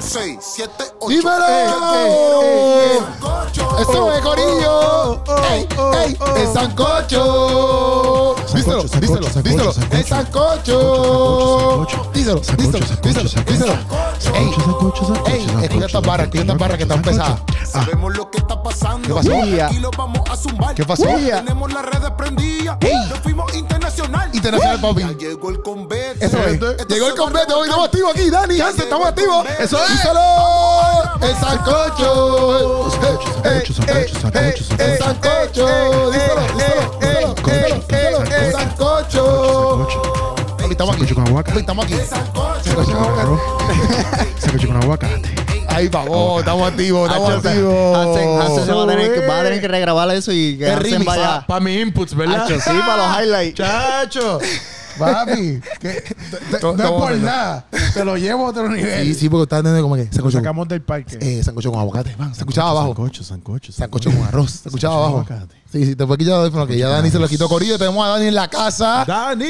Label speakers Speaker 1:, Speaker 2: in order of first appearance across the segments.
Speaker 1: 6, 7, 8.
Speaker 2: ¡Dímelo!
Speaker 1: Eh,
Speaker 2: Eh, ¡Eso es, Corillo! ¡Ey, ey! ¡El oh, sancocho! Díselo,
Speaker 3: sancocho,
Speaker 2: díselo,
Speaker 3: sancocho,
Speaker 2: díselo.
Speaker 3: sancocho,
Speaker 2: ¡El sancocho!
Speaker 3: sancocho, sancocho,
Speaker 2: Díselo, díselo,
Speaker 3: sancocho,
Speaker 2: díselo,
Speaker 3: sancocho,
Speaker 2: díselo.
Speaker 3: sancocho,
Speaker 2: ¡Ey!
Speaker 3: sancocho, sancocho,
Speaker 2: ¡Ey!
Speaker 3: sancocho,
Speaker 2: Escucha estas barras, escucha estas barras que están
Speaker 3: sancocho,
Speaker 2: pesadas.
Speaker 1: Sabemos lo que está pasando.
Speaker 2: Ah. ¿Qué pasó?
Speaker 1: Aquí lo vamos a zumbar.
Speaker 2: ¿Qué pasó?
Speaker 1: Tenemos las redes prendidas. Nos fuimos internacional.
Speaker 2: Internacional, papi.
Speaker 1: Ya llegó el convete.
Speaker 2: Eso es.
Speaker 1: Esto
Speaker 2: Llegó el
Speaker 1: se
Speaker 2: completo,
Speaker 1: va
Speaker 2: hoy estamos activos aquí, Dani Hansen, estamos activos.
Speaker 1: Eso es.
Speaker 2: Díselo, el sancocho. Eh,
Speaker 3: Sancocho, sancocho, sancocho, sancocho,
Speaker 2: El
Speaker 3: sancocho.
Speaker 2: sancocho. Díselo, díselo, díselo, díselo, díselo. eh, El
Speaker 3: Ah,
Speaker 2: sancocho. Papi, Estamos aquí.
Speaker 3: Sancocho con aguacate.
Speaker 2: Papi, Estamos aquí.
Speaker 3: Sancocho con arroz. Sancocho con aguacate.
Speaker 2: Ahí vamos, estamos activos, estamos
Speaker 4: Hacho,
Speaker 2: activos.
Speaker 4: Hansen, Hansen se va a tener que, va a tener que regrabar eso y que
Speaker 2: El
Speaker 4: Hansen
Speaker 2: remix,
Speaker 4: vaya.
Speaker 5: Para mis inputs, ¿verdad?
Speaker 4: Hacho, sí, para los highlights.
Speaker 5: Chacho.
Speaker 3: Papi, que, te- te-
Speaker 2: Todo-
Speaker 3: no es
Speaker 2: todo
Speaker 3: por
Speaker 2: bueno.
Speaker 3: nada. Te lo llevo a otro
Speaker 2: Sí,
Speaker 3: nivel.
Speaker 2: sí, porque están teniendo como que sancocho.
Speaker 3: Sacamos del parque.
Speaker 2: Eh, sancocho con aguacate, man. Se escuchaba abajo.
Speaker 3: Sancocho, sancocho.
Speaker 2: Sancocho con arroz. Se escuchaba
Speaker 3: Sancocho
Speaker 2: abajo.
Speaker 3: con aguacate.
Speaker 2: Sí, sí, te fue quitado el teléfono que ya Dani se lo quitó Corillo. Tenemos a Dani en la casa.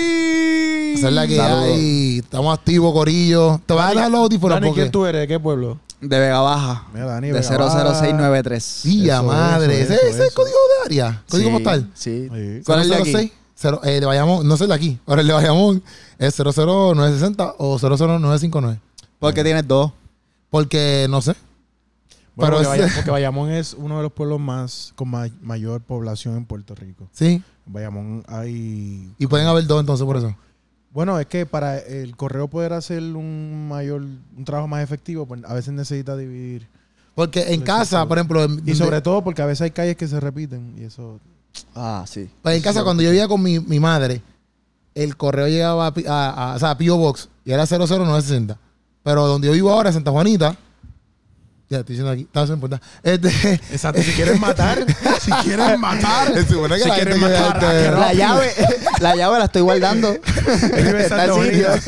Speaker 5: ¡Dani!
Speaker 2: Esa es la que
Speaker 4: Saludos.
Speaker 2: hay. Estamos activos, Corillo. Te voy a dar los audífonos
Speaker 5: Dani,
Speaker 2: porque.
Speaker 5: ¿quién tú eres? ¿De qué pueblo?
Speaker 4: De Vega Baja.
Speaker 3: Mira, Dani,
Speaker 4: de
Speaker 3: Vega Baja.
Speaker 4: 00693.
Speaker 2: Sí, ya
Speaker 3: Eso,
Speaker 2: madre.
Speaker 3: eso,
Speaker 2: ese ese
Speaker 3: eso,
Speaker 2: es el código de área. Código postal.
Speaker 4: Sí.
Speaker 3: Sí.
Speaker 4: ¿Cuál es el de aquí?
Speaker 2: 006. Cero, eh, de Bayamón, no sé el de aquí. Ahora el de Bayamón es 00960 o 00959.
Speaker 4: Porque tienes dos.
Speaker 2: Porque no sé. Pero
Speaker 3: Bueno, porque, Vaya-
Speaker 2: ese-
Speaker 3: porque Bayamón es uno de los pueblos más con ma- mayor población en Puerto Rico.
Speaker 2: Sí.
Speaker 3: En Bayamón hay
Speaker 2: Y pueden haber dos entonces por eso.
Speaker 3: Bueno, es que para el correo poder hacer un mayor, un trabajo más efectivo, pues a veces necesita dividir.
Speaker 2: Porque en casa, por ejemplo. en-
Speaker 3: Y sobre todo porque a veces hay calles que se repiten y eso.
Speaker 4: Ah, sí.
Speaker 2: Pues en casa, cuando yo vivía con mi, mi madre, el correo llegaba a, P- a- a- o sea, a P.O. Box y era 00960. Pero donde yo vivo ahora, Santa Juanita, ya estoy diciendo aquí, estaba sin importar. Este,
Speaker 3: Exacto, si quieres matar, si quieres matar,
Speaker 2: Se supone que
Speaker 3: si
Speaker 2: la
Speaker 3: quieres
Speaker 2: gente que
Speaker 3: matar, ah,
Speaker 2: vea este-
Speaker 3: a
Speaker 4: La llave, la llave la estoy guardando.
Speaker 3: Escribe
Speaker 4: Está
Speaker 3: Santa
Speaker 4: así,
Speaker 3: Bonita.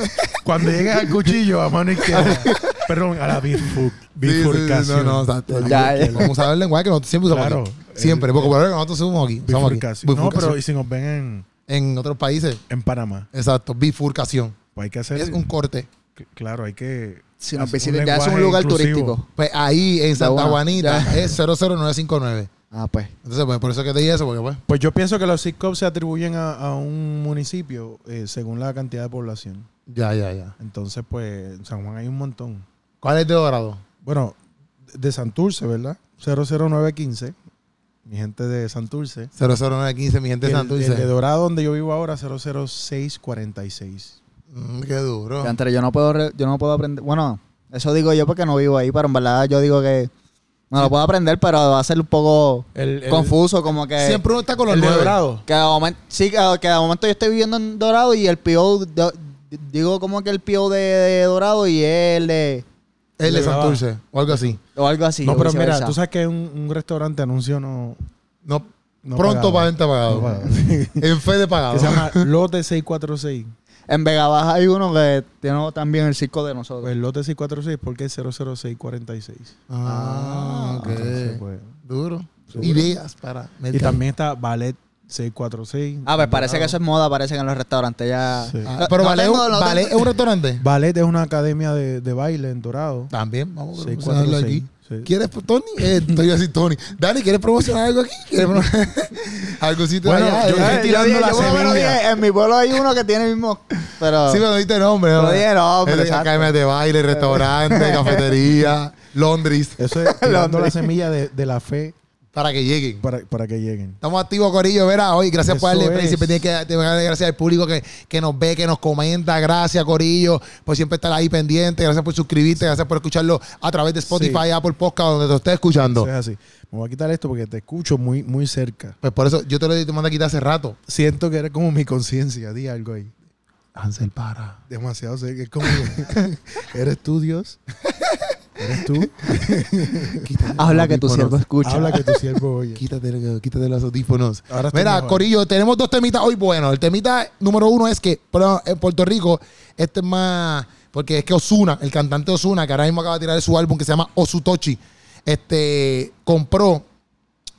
Speaker 3: Cuando llegues al cuchillo, a mano izquierda. Perdón, a la
Speaker 2: Sí,
Speaker 3: bifur-
Speaker 2: sí, sí,
Speaker 3: bifurcación.
Speaker 2: no, no, o sea, te-
Speaker 4: Ya,
Speaker 2: porque
Speaker 4: eh.
Speaker 2: vamos a ver el lenguaje que nosotros siempre usamos
Speaker 3: Claro.
Speaker 2: aquí. Siempre, porque por ahora nosotros somos aquí. Somos aquí.
Speaker 3: Bifurcación. No,
Speaker 2: Bifurcación.
Speaker 3: pero y si nos ven en,
Speaker 2: En otros países,
Speaker 3: en Panamá,
Speaker 2: exacto, bifurcación.
Speaker 3: pues hay que hacer.
Speaker 2: Es un corte.
Speaker 3: c- Claro, hay que.
Speaker 4: Si nos
Speaker 3: hacer
Speaker 4: visitan, ya es un
Speaker 3: lenguaje
Speaker 4: lugar
Speaker 3: inclusivo.
Speaker 4: turístico.
Speaker 2: Pues ahí en Santa
Speaker 4: bueno,
Speaker 2: Juanita
Speaker 4: ya.
Speaker 2: es 00959.
Speaker 4: Ah, pues.
Speaker 2: Entonces, pues por eso que te dije eso, porque pues.
Speaker 3: Pues yo pienso que los zip codes se atribuyen a, a un municipio eh, según la cantidad de población.
Speaker 2: Ya, ya, ya.
Speaker 3: Entonces, pues, en San Juan hay un montón.
Speaker 2: ¿Cuál es de Dorado?
Speaker 3: Bueno, de Santurce, ¿verdad? 00915. Mi gente de Santurce.
Speaker 2: 00915, mi gente de
Speaker 3: El-
Speaker 2: Santurce.
Speaker 3: El, de Dorado, donde yo vivo ahora, 00646.
Speaker 2: Mm, qué duro.
Speaker 4: Cantar, yo no puedo re- yo no puedo aprender. Bueno, eso digo yo porque no vivo ahí, pero en verdad yo digo que no lo puedo aprender, pero va a ser un poco
Speaker 3: El, el-
Speaker 4: confuso, como que.
Speaker 2: Siempre uno está con los
Speaker 3: el de
Speaker 2: nueve.
Speaker 3: Dorado.
Speaker 4: Que de momento, sí, que que de momento yo estoy viviendo en Dorado y el PO. de- digo como que el PO de, de Dorado y el de.
Speaker 2: El de
Speaker 3: El de Dorado.
Speaker 2: Santurce, o algo así.
Speaker 4: O algo así.
Speaker 3: no,
Speaker 4: o
Speaker 3: pero mira,
Speaker 4: viceversa.
Speaker 3: tú sabes que un, un restaurante anunció no,
Speaker 2: No,
Speaker 3: no
Speaker 2: pronto para gente pagado.
Speaker 3: No pagado.
Speaker 2: en fe de
Speaker 3: Que
Speaker 2: pagado.
Speaker 3: se llama Lote 646.
Speaker 4: En Vega Baja hay uno que tiene también el circo de nosotros.
Speaker 3: Pues, Lote 646 porque es 00646.
Speaker 2: Ah, ok.
Speaker 3: Entonces, pues,
Speaker 2: Duro. Ideas para
Speaker 3: Y
Speaker 2: mercado.
Speaker 3: también está Ballet 646.
Speaker 4: Ah, pues parece que eso es moda, parece que en los restaurantes ya.
Speaker 3: Sí.
Speaker 2: Ah,
Speaker 4: No-
Speaker 2: pero
Speaker 4: no
Speaker 2: vale,
Speaker 4: tengo-
Speaker 2: un-
Speaker 4: no
Speaker 2: vale
Speaker 4: tengo-
Speaker 2: es un restaurante.
Speaker 3: Ballet es una academia de, de baile en Dorado.
Speaker 2: También, vamos a
Speaker 3: Seis,
Speaker 2: promocionarlo
Speaker 3: cuatro,
Speaker 2: aquí.
Speaker 3: seis, sí.
Speaker 2: ¿Quieres, Tony? Eh, estoy así, Tony. Dani, ¿quieres promocionar algo aquí? ¿Quieres promocionar algo así?
Speaker 3: Bueno, yo
Speaker 4: Eh,
Speaker 3: estoy
Speaker 4: yo
Speaker 3: tirando
Speaker 4: dije,
Speaker 3: la
Speaker 4: yo por lo menos
Speaker 3: semilla.
Speaker 4: dije, en mi pueblo hay uno que tiene el mismo. Pero.
Speaker 2: Sí, pero diste nombre.
Speaker 4: Pero dije nombre,
Speaker 2: Es de
Speaker 4: exacto.
Speaker 2: Academia de baile, restaurante, cafetería, Londres.
Speaker 3: Eso es tirando la semilla de, de la fe
Speaker 2: Para que lleguen.
Speaker 3: para, para que lleguen.
Speaker 2: Estamos activos, Corillo. Verá, hoy gracias por
Speaker 3: Eso
Speaker 2: darle play.
Speaker 3: es.
Speaker 2: Siempre tienes que dar- tienes que darle gracias al público que, que nos ve, que nos comenta. Gracias, Corillo, por siempre estar ahí pendiente. Gracias por suscribirte. Gracias por escucharlo a través de Spotify,
Speaker 3: Sí.
Speaker 2: Apple Podcast, donde te estés escuchando.
Speaker 3: Eso es así. Me voy a quitar esto porque te escucho muy, muy cerca.
Speaker 2: Pues por eso yo te lo he mandado a quitar hace rato.
Speaker 3: Siento que eres como mi conciencia. Di algo ahí.
Speaker 2: Hansel, para.
Speaker 3: Demasiado cerca. Es como. ¿Eres tú, Dios? ¿Eres tú?
Speaker 4: Habla que tu
Speaker 2: Audífonos.
Speaker 4: siervo escucha.
Speaker 3: Habla que tu siervo oye.
Speaker 2: Quítate, lo- quítate los audífonos.
Speaker 3: Ahora estoy
Speaker 2: Mira,
Speaker 3: mejor.
Speaker 2: Corillo, tenemos dos temitas hoy. Bueno, el temita número uno es que pero en Puerto Rico, este es más. Porque es que Osuna, el cantante Osuna, que ahora mismo acaba de tirar su álbum que se llama Osutochi, este, compró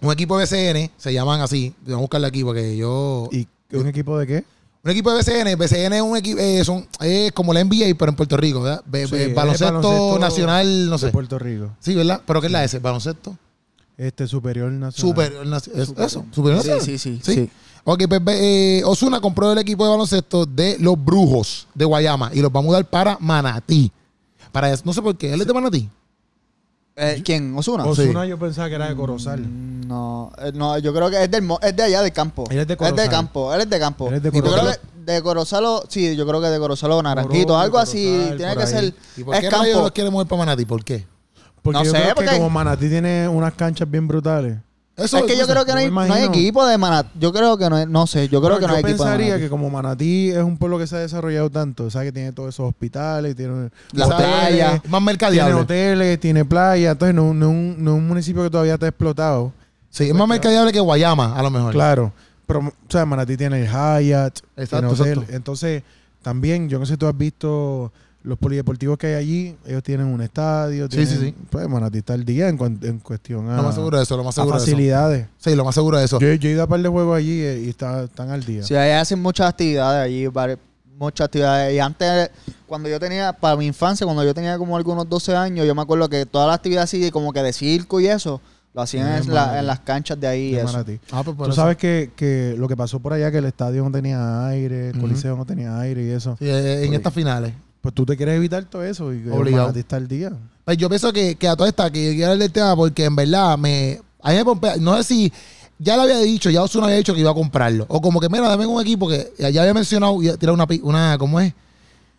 Speaker 2: un equipo de BCN, se llaman así, vamos a buscarle aquí porque yo.
Speaker 3: ¿Y un equipo de qué?
Speaker 2: Un equipo de BCN, BCN es un equipo, son, es como la NBA, pero en Puerto Rico, ¿verdad? Be-
Speaker 3: Sí,
Speaker 2: be-
Speaker 3: es
Speaker 2: baloncesto,
Speaker 3: baloncesto
Speaker 2: nacional, no
Speaker 3: de
Speaker 2: sé.
Speaker 3: Puerto Rico.
Speaker 2: Sí, ¿verdad? ¿Pero qué es la S? ¿Baloncesto?
Speaker 3: Este superior nacional.
Speaker 2: Super, eso, Superior
Speaker 4: Sí,
Speaker 2: Nacional.
Speaker 4: sí, sí,
Speaker 2: sí.
Speaker 4: sí.
Speaker 2: Ok, pues eh, Osuna compró el equipo de baloncesto de los Brujos de Guayama y los va a mudar para Manatí. Para eso, no sé por qué, él es de Manatí.
Speaker 4: Eh, ¿Quién? ¿Osuna?
Speaker 3: Osuna yo pensaba que era de Corozal.
Speaker 4: No, eh, no, yo creo que es del mo- es de allá del campo.
Speaker 3: Él es de
Speaker 4: Es de
Speaker 3: Corozal.
Speaker 4: campo, él es de campo.
Speaker 3: Él es de
Speaker 4: yo creo
Speaker 3: Corozal.
Speaker 4: que de Corozalo, sí, yo creo que de Corozalo, Naranjito,
Speaker 3: Oroco,
Speaker 4: algo así,
Speaker 3: Corozal,
Speaker 4: tiene
Speaker 3: por
Speaker 4: que
Speaker 3: ahí.
Speaker 4: ser
Speaker 2: ¿Y por
Speaker 4: es
Speaker 2: qué rayos
Speaker 4: campo.
Speaker 2: los quiere mover para Manatí? ¿por qué?
Speaker 3: Porque
Speaker 4: No
Speaker 3: yo
Speaker 4: sé,
Speaker 3: creo
Speaker 4: porque-
Speaker 3: que como Manatí tiene unas canchas bien brutales.
Speaker 2: Eso
Speaker 4: Es que yo
Speaker 2: cosa.
Speaker 4: creo que
Speaker 3: yo
Speaker 4: no hay,
Speaker 3: me
Speaker 4: no hay
Speaker 3: imagino.
Speaker 4: equipo de Manatí. Yo creo que no, hay- no sé, yo creo
Speaker 3: Pero
Speaker 4: que no
Speaker 3: yo
Speaker 4: hay equipo de
Speaker 3: pensaría
Speaker 4: Manatí.
Speaker 3: que como Manatí es un pueblo que se ha desarrollado tanto, o sea que tiene todos esos hospitales, tiene
Speaker 4: Las
Speaker 3: hoteles,
Speaker 4: playas.
Speaker 2: Más
Speaker 3: tiene
Speaker 2: mercadeable.
Speaker 3: hoteles, tiene playa, entonces no, no, un- no un municipio que todavía está explotado.
Speaker 2: Sí, es más mercadeable que Guayama, a lo mejor.
Speaker 3: Claro. Pero, o sea, Manatí tiene el Hyatt,
Speaker 2: Exacto,
Speaker 3: tiene hotel.
Speaker 2: exacto.
Speaker 3: Entonces, también, yo no sé si tú has visto los polideportivos que hay allí. Ellos tienen un estadio.
Speaker 2: Sí, sí,
Speaker 3: tienen-
Speaker 2: sí.
Speaker 3: Pues Manatí está al día en, cuan- en cuestión a,
Speaker 2: Lo más seguro de eso, lo más
Speaker 3: a
Speaker 2: seguro de eso.
Speaker 3: facilidades.
Speaker 2: Sí, lo más seguro de eso.
Speaker 3: Yo, yo he ido a par de juegos allí eh, y está, están al día.
Speaker 4: Sí, ahí hacen muchas actividades allí, vari- muchas actividades. Y antes, cuando yo tenía, para mi infancia, cuando yo tenía como algunos 12 años, yo me acuerdo que toda la actividad así, como que de circo y eso, lo hacían
Speaker 3: Sí,
Speaker 4: en, la-
Speaker 3: Manatí.
Speaker 4: en las canchas de ahí. y
Speaker 3: de
Speaker 4: eso.
Speaker 3: Manatí.
Speaker 2: Ah, pues por
Speaker 3: Tú
Speaker 2: eso.
Speaker 3: sabes que, que lo que pasó por allá, que el estadio no tenía aire, el
Speaker 2: Ujú.
Speaker 3: coliseo no tenía aire y eso.
Speaker 2: Sí, eh, en
Speaker 3: Oye.
Speaker 2: estas finales.
Speaker 3: Pues tú te quieres evitar todo eso y que
Speaker 2: Obligado.
Speaker 3: Manatí está al día.
Speaker 2: Pues yo pienso que, que a toda esta, que yo quiero hablar del tema porque en verdad me. A mí me pompea. No sé si. Ya lo había dicho, ya Osuna había dicho que iba a comprarlo. O como que, mira, dame un equipo que ya había mencionado, y tirado una, pi- una. ¿Cómo es?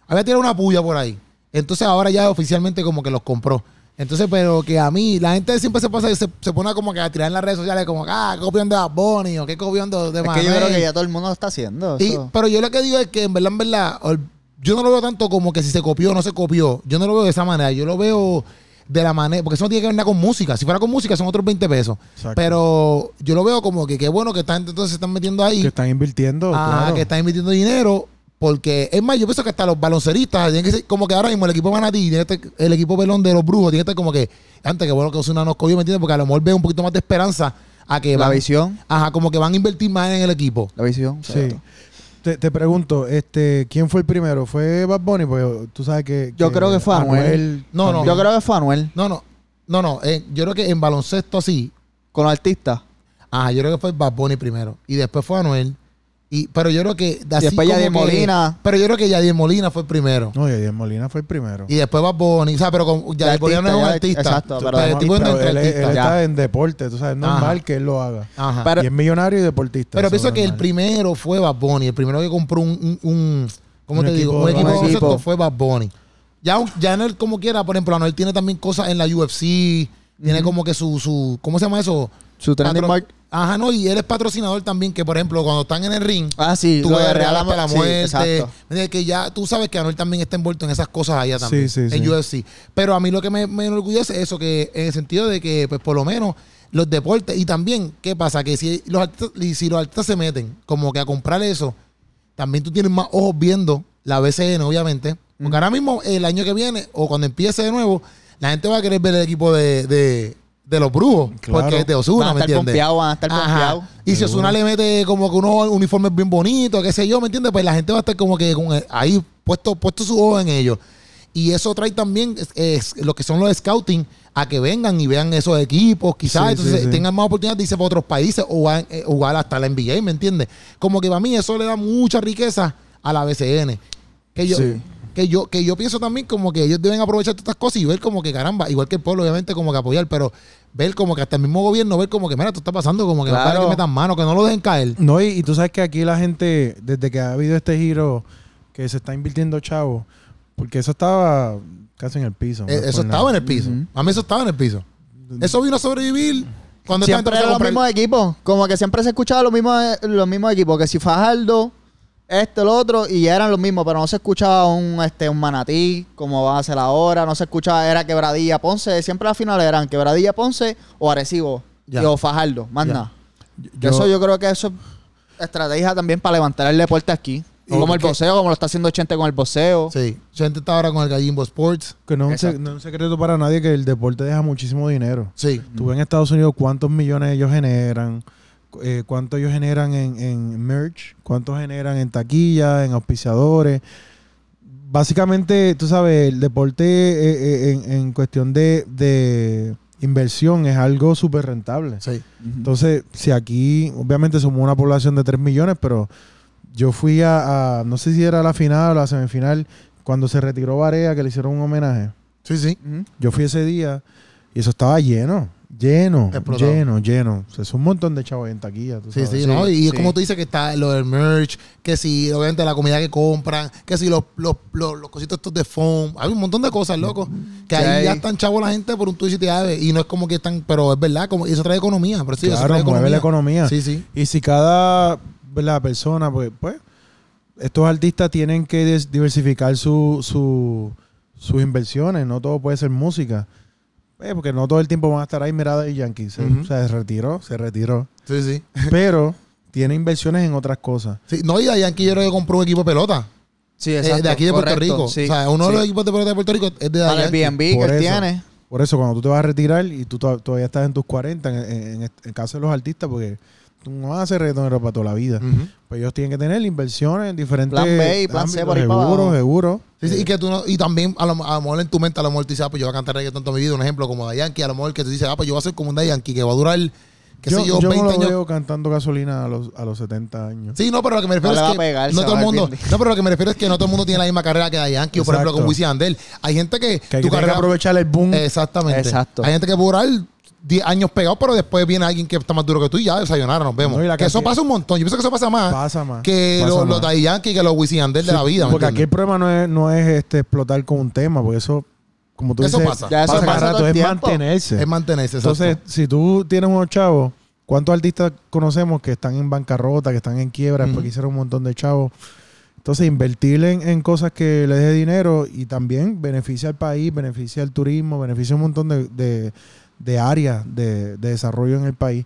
Speaker 2: Había tirado una puya por ahí. Entonces ahora ya oficialmente como que los compró. Entonces, pero que a mí, la gente siempre se pasa y se, se pone como que a tirar en las redes sociales, como, ah, qué copión de Bad Bunny o qué copión de, de
Speaker 4: Es que yo creo
Speaker 2: Manuel.
Speaker 4: que ya todo el mundo lo está haciendo.
Speaker 2: Y-
Speaker 4: eso.
Speaker 2: pero yo lo que digo es que en verdad, en verdad, ol- yo no lo veo tanto como que si se copió o no se copió. Yo no lo veo de esa manera. Yo lo veo de la manera, porque eso no tiene que ver nada con música. Si fuera con música son otros 20 pesos.
Speaker 3: Exacto.
Speaker 2: Pero yo lo veo como que qué bueno que esta gente entonces se están metiendo ahí.
Speaker 3: Que están invirtiendo.
Speaker 2: Ah,
Speaker 3: claro.
Speaker 2: que están invirtiendo dinero. Porque, es más, yo pienso que hasta los balonceristas tienen que ser como que ahora mismo el equipo de Manatí, tiene que estar- el equipo pelón de los brujos, tiene que estar como que, antes que bueno que Osuna nos cogió, ¿me entiendes? Porque a lo mejor ve un poquito más de esperanza a que
Speaker 4: la
Speaker 2: van,
Speaker 4: visión,
Speaker 2: ajá, como que van a invertir más en el equipo.
Speaker 4: la visión.
Speaker 3: Sí.
Speaker 4: exacto.
Speaker 3: Te, te pregunto, este, ¿quién fue el primero? ¿Fue Bad Bunny? Pues tú sabes que...
Speaker 4: Yo creo que fue Anuel.
Speaker 2: No, no.
Speaker 4: Yo creo que fue Anuel,
Speaker 2: No, no, no, no. eh, yo creo que en baloncesto sí.
Speaker 4: con los artistas.
Speaker 2: Ajá, yo creo que fue Bad Bunny primero. Y después fue Anuel. Y, pero yo creo que. así
Speaker 4: después
Speaker 2: como
Speaker 4: Yadier
Speaker 2: que-
Speaker 4: Molina.
Speaker 2: Pero yo creo que Yadier Molina fue el primero.
Speaker 3: No, Yadier Molina fue el primero.
Speaker 2: Y después Bad Bunny. O sea, pero con, Yadier
Speaker 4: artista,
Speaker 2: Molina no es un
Speaker 4: ya-
Speaker 2: artista.
Speaker 4: exacto, pero
Speaker 2: el
Speaker 4: de
Speaker 2: tipo es un
Speaker 3: Pero él, es-
Speaker 2: artista.
Speaker 3: él
Speaker 4: Ya.
Speaker 3: está en deporte, tú sabes, es normal
Speaker 2: Ajá.
Speaker 3: que él lo haga.
Speaker 2: Ajá.
Speaker 4: Pero-
Speaker 3: y es millonario y deportista.
Speaker 2: Pero
Speaker 3: eso es
Speaker 2: pienso que el
Speaker 3: normal.
Speaker 2: primero fue Bad Bunny. El primero que compró un. un, un- ¿Cómo
Speaker 3: Un
Speaker 2: te digo?
Speaker 3: equipo,
Speaker 2: Un equipo de
Speaker 4: un equipo.
Speaker 2: baloncesto fue Bad Bunny. Ya, un- ya en él, como quiera, por ejemplo, Anuel tiene también cosas en la UFC. Tiene como que su, su. ¿Cómo se llama eso?
Speaker 4: Su trending
Speaker 2: Patro-
Speaker 4: mark.
Speaker 2: Ajá, no, y él es patrocinador también, que por ejemplo, cuando están en el ring,
Speaker 4: Ah, sí,
Speaker 2: tú
Speaker 4: lo
Speaker 2: ves
Speaker 4: de
Speaker 2: Real hasta
Speaker 4: Amor-
Speaker 2: la
Speaker 4: sí,
Speaker 2: muerte.
Speaker 4: exacto.
Speaker 2: Me dice que ya tú sabes que Anuel también está envuelto en esas cosas allá también.
Speaker 3: Sí, sí,
Speaker 2: en
Speaker 3: sí.
Speaker 2: UFC. Pero a mí lo que me, me enorgullece es eso, que en el sentido de que, pues por lo menos, los deportes, y también, ¿qué pasa? Que si los artistas, y si los artistas se meten como que a comprar eso, también tú tienes más ojos viendo la BCN, obviamente. Porque ahora mismo, el año que viene, o cuando empiece de nuevo, la gente va a querer ver el equipo de, de- de los brujos.
Speaker 3: Claro.
Speaker 2: Porque es de
Speaker 4: Van a
Speaker 2: Osuna, ¿me
Speaker 4: estar
Speaker 2: entiendes?
Speaker 4: pompeados, van a estar
Speaker 2: Ajá.
Speaker 4: pompeados.
Speaker 2: Y si Osuna le mete como que unos uniformes bien bonitos, qué sé yo, ¿me entiendes? Pues la gente va a estar como que con el- ahí puesto, puesto su ojo en ellos. Y eso trae también es- es lo que son los scouting a que vengan y vean esos equipos, quizás
Speaker 3: Sí,
Speaker 2: entonces
Speaker 3: sí, sí.
Speaker 2: tengan más oportunidades de irse para otros países o jugar, eh, jugar hasta la NBA, ¿me entiendes? Como que para mí eso le da mucha riqueza a la BCN. Que yo,
Speaker 3: Sí.
Speaker 2: que yo, que yo pienso también como que ellos deben aprovechar todas estas cosas y ver como que caramba, igual que el pueblo, obviamente, como que apoyar, pero ver como que hasta el mismo gobierno, ver como que, mira, tú está pasando, como que
Speaker 4: Claro.
Speaker 2: para que metan mano, que no lo dejen caer.
Speaker 3: No, y, y tú sabes que aquí la gente, desde que ha habido este giro, que se está invirtiendo chavo, porque eso estaba casi en el piso.
Speaker 2: Eh, eso estaba en el piso.
Speaker 4: Ujú.
Speaker 2: A mí eso estaba en el piso. Eso vino a sobrevivir cuando esta gente
Speaker 4: Siempre
Speaker 2: empezó a
Speaker 4: los
Speaker 2: comprar-
Speaker 4: mismos equipos. Como que siempre se escuchaba los mismos, los mismos equipos. Que si Fajardo, este, el otro, y ya eran los mismos. Pero no se escuchaba un, este, un manatí, como va a ser ahora. No se escuchaba, era Quebradilla, Ponce. Siempre al final eran Quebradilla, Ponce o Arecibo.
Speaker 2: Ya.
Speaker 4: Y, o Fajardo, más
Speaker 2: Ya.
Speaker 4: nada.
Speaker 3: Yo-
Speaker 4: eso yo creo que eso es estrategia también para levantar el deporte aquí.
Speaker 2: Y
Speaker 4: como el
Speaker 2: que-
Speaker 4: boxeo, como lo está haciendo Chente con el boxeo.
Speaker 2: Sí. Gente está ahora con el Gallimbo Sports.
Speaker 3: Que no es, un se-
Speaker 4: Exacto.
Speaker 3: no es un secreto para nadie que el deporte deja muchísimo dinero.
Speaker 2: Sí.
Speaker 3: Tú ves en Estados Unidos cuántos millones ellos generan. eh, cuánto ellos generan en, en merch, cuánto generan en taquilla, en auspiciadores. Básicamente, tú sabes, el deporte eh, eh, en, en cuestión de, de inversión es algo súper rentable.
Speaker 2: Sí.
Speaker 3: Entonces, si aquí, obviamente somos una población de 3 millones, pero yo fui a, a- no sé si era la final o la semifinal, cuando se retiró Varea, que le hicieron un homenaje.
Speaker 2: Sí, sí.
Speaker 4: Ujú.
Speaker 3: Yo fui ese día y eso estaba lleno, lleno,
Speaker 2: Explotado.
Speaker 3: lleno, lleno. O sea, es un montón de chavos en taquilla. tú
Speaker 2: Sí,
Speaker 3: sabes.
Speaker 2: sí, ¿no? Y es
Speaker 4: sí.
Speaker 2: como tú dices que está lo del merch, que si obviamente la comida que compran, que si los, los, los, los cositos estos de foam, hay un montón de cosas, loco, que
Speaker 4: Sí.
Speaker 2: ahí ya están chavos la gente por un twist y te ave, y no es como que están, pero es verdad, como y eso trae economía, pero sí, eso
Speaker 3: Claro,
Speaker 2: trae
Speaker 3: mueve la economía.
Speaker 2: Sí, sí.
Speaker 3: Y si cada la persona, pues, pues, estos artistas tienen que des- diversificar su, su- sus inversiones, no todo puede ser música. Eh, porque no todo el tiempo van a estar ahí mirada y Yankees. Se-
Speaker 2: Ujú.
Speaker 3: O sea, se retiró, se retiró.
Speaker 2: Sí, sí.
Speaker 3: Pero tiene inversiones en otras cosas.
Speaker 2: Sí, no, y de aquí yo creo que compró un equipo de pelota.
Speaker 4: Sí,
Speaker 2: eh,
Speaker 4: exacto,
Speaker 2: de aquí de Puerto
Speaker 4: correcto,
Speaker 2: Rico.
Speaker 4: sí,
Speaker 2: o sea, uno
Speaker 4: sí.
Speaker 2: de los equipos de pelota de Puerto Rico es de
Speaker 4: Para el
Speaker 2: Yankee.
Speaker 4: BNB que
Speaker 3: Por
Speaker 4: él
Speaker 3: eso.
Speaker 4: tiene.
Speaker 3: Por eso, cuando tú te vas a retirar y tú to- todavía estás en tus 40, en, en- en el caso de los artistas, porque tú no vas a ser reggaetonero para toda la vida.
Speaker 2: Ujú.
Speaker 3: Pues ellos tienen que tener inversiones en diferentes.
Speaker 4: Mm. Plan B y plan C por ahí para
Speaker 3: Seguro,
Speaker 4: abajo.
Speaker 3: seguro.
Speaker 2: Sí, sí, y que tú no- y también a lo, a lo mejor en tu mente, a lo mejor tú dices, ah, pues yo voy a cantar reggaetón toda mi vida, un ejemplo como Da Yankee, a lo mejor que tú dices, ah, pues yo voy a ser como un Da Yankee, que va a durar, qué
Speaker 3: yo,
Speaker 2: sé yo,
Speaker 3: yo
Speaker 2: 20
Speaker 3: no lo
Speaker 2: años.
Speaker 3: veo cantando gasolina a los, a los 70 años.
Speaker 2: Sí, no, pero lo que me refiero
Speaker 4: No le va
Speaker 2: es
Speaker 4: a
Speaker 2: que
Speaker 4: pegar,
Speaker 2: no
Speaker 4: se
Speaker 2: todo el
Speaker 4: va a
Speaker 2: mundo,
Speaker 4: arrepentir.
Speaker 2: no, pero lo que me refiero es que no todo el mundo tiene la misma carrera que Da Yankee, o por ejemplo
Speaker 3: Exacto.
Speaker 2: con Wisin y Yandel. Hay gente que,
Speaker 3: Que hay
Speaker 2: tu
Speaker 3: que,
Speaker 2: carrera
Speaker 3: aprovechar el boom.
Speaker 2: exactamente.
Speaker 4: Exacto.
Speaker 2: Hay gente que puede durar 10 años pegado, pero después viene alguien que está más duro que tú y ya, desayunar, nos vemos.
Speaker 3: No, y la
Speaker 2: que eso
Speaker 3: cantidad-
Speaker 2: pasa un montón. Yo pienso que eso pasa más
Speaker 3: pasa más.
Speaker 2: que
Speaker 3: pasa
Speaker 2: los,
Speaker 3: más.
Speaker 2: los Da Yankee que los Wisin y Yandel de la vida, ¿me
Speaker 3: Porque aquí el
Speaker 2: entiendes?
Speaker 3: problema no es, no es este, explotar con un tema, porque eso, como tú
Speaker 2: Eso
Speaker 3: dices,
Speaker 2: pasa.
Speaker 4: Ya eso
Speaker 3: cada
Speaker 4: pasa todo
Speaker 3: rato,
Speaker 4: el
Speaker 3: es
Speaker 4: tiempo.
Speaker 3: mantenerse.
Speaker 2: es mantenerse. exacto.
Speaker 3: Entonces, si tú tienes unos chavos, ¿cuántos artistas conocemos que están en bancarrota, que están en quiebra,
Speaker 2: Ujú.
Speaker 3: porque hicieron un montón de chavos? Entonces, invertir en, en cosas que les dé dinero y también beneficia al país, beneficia al turismo, beneficia un montón de, de- de áreas de, de desarrollo en el país.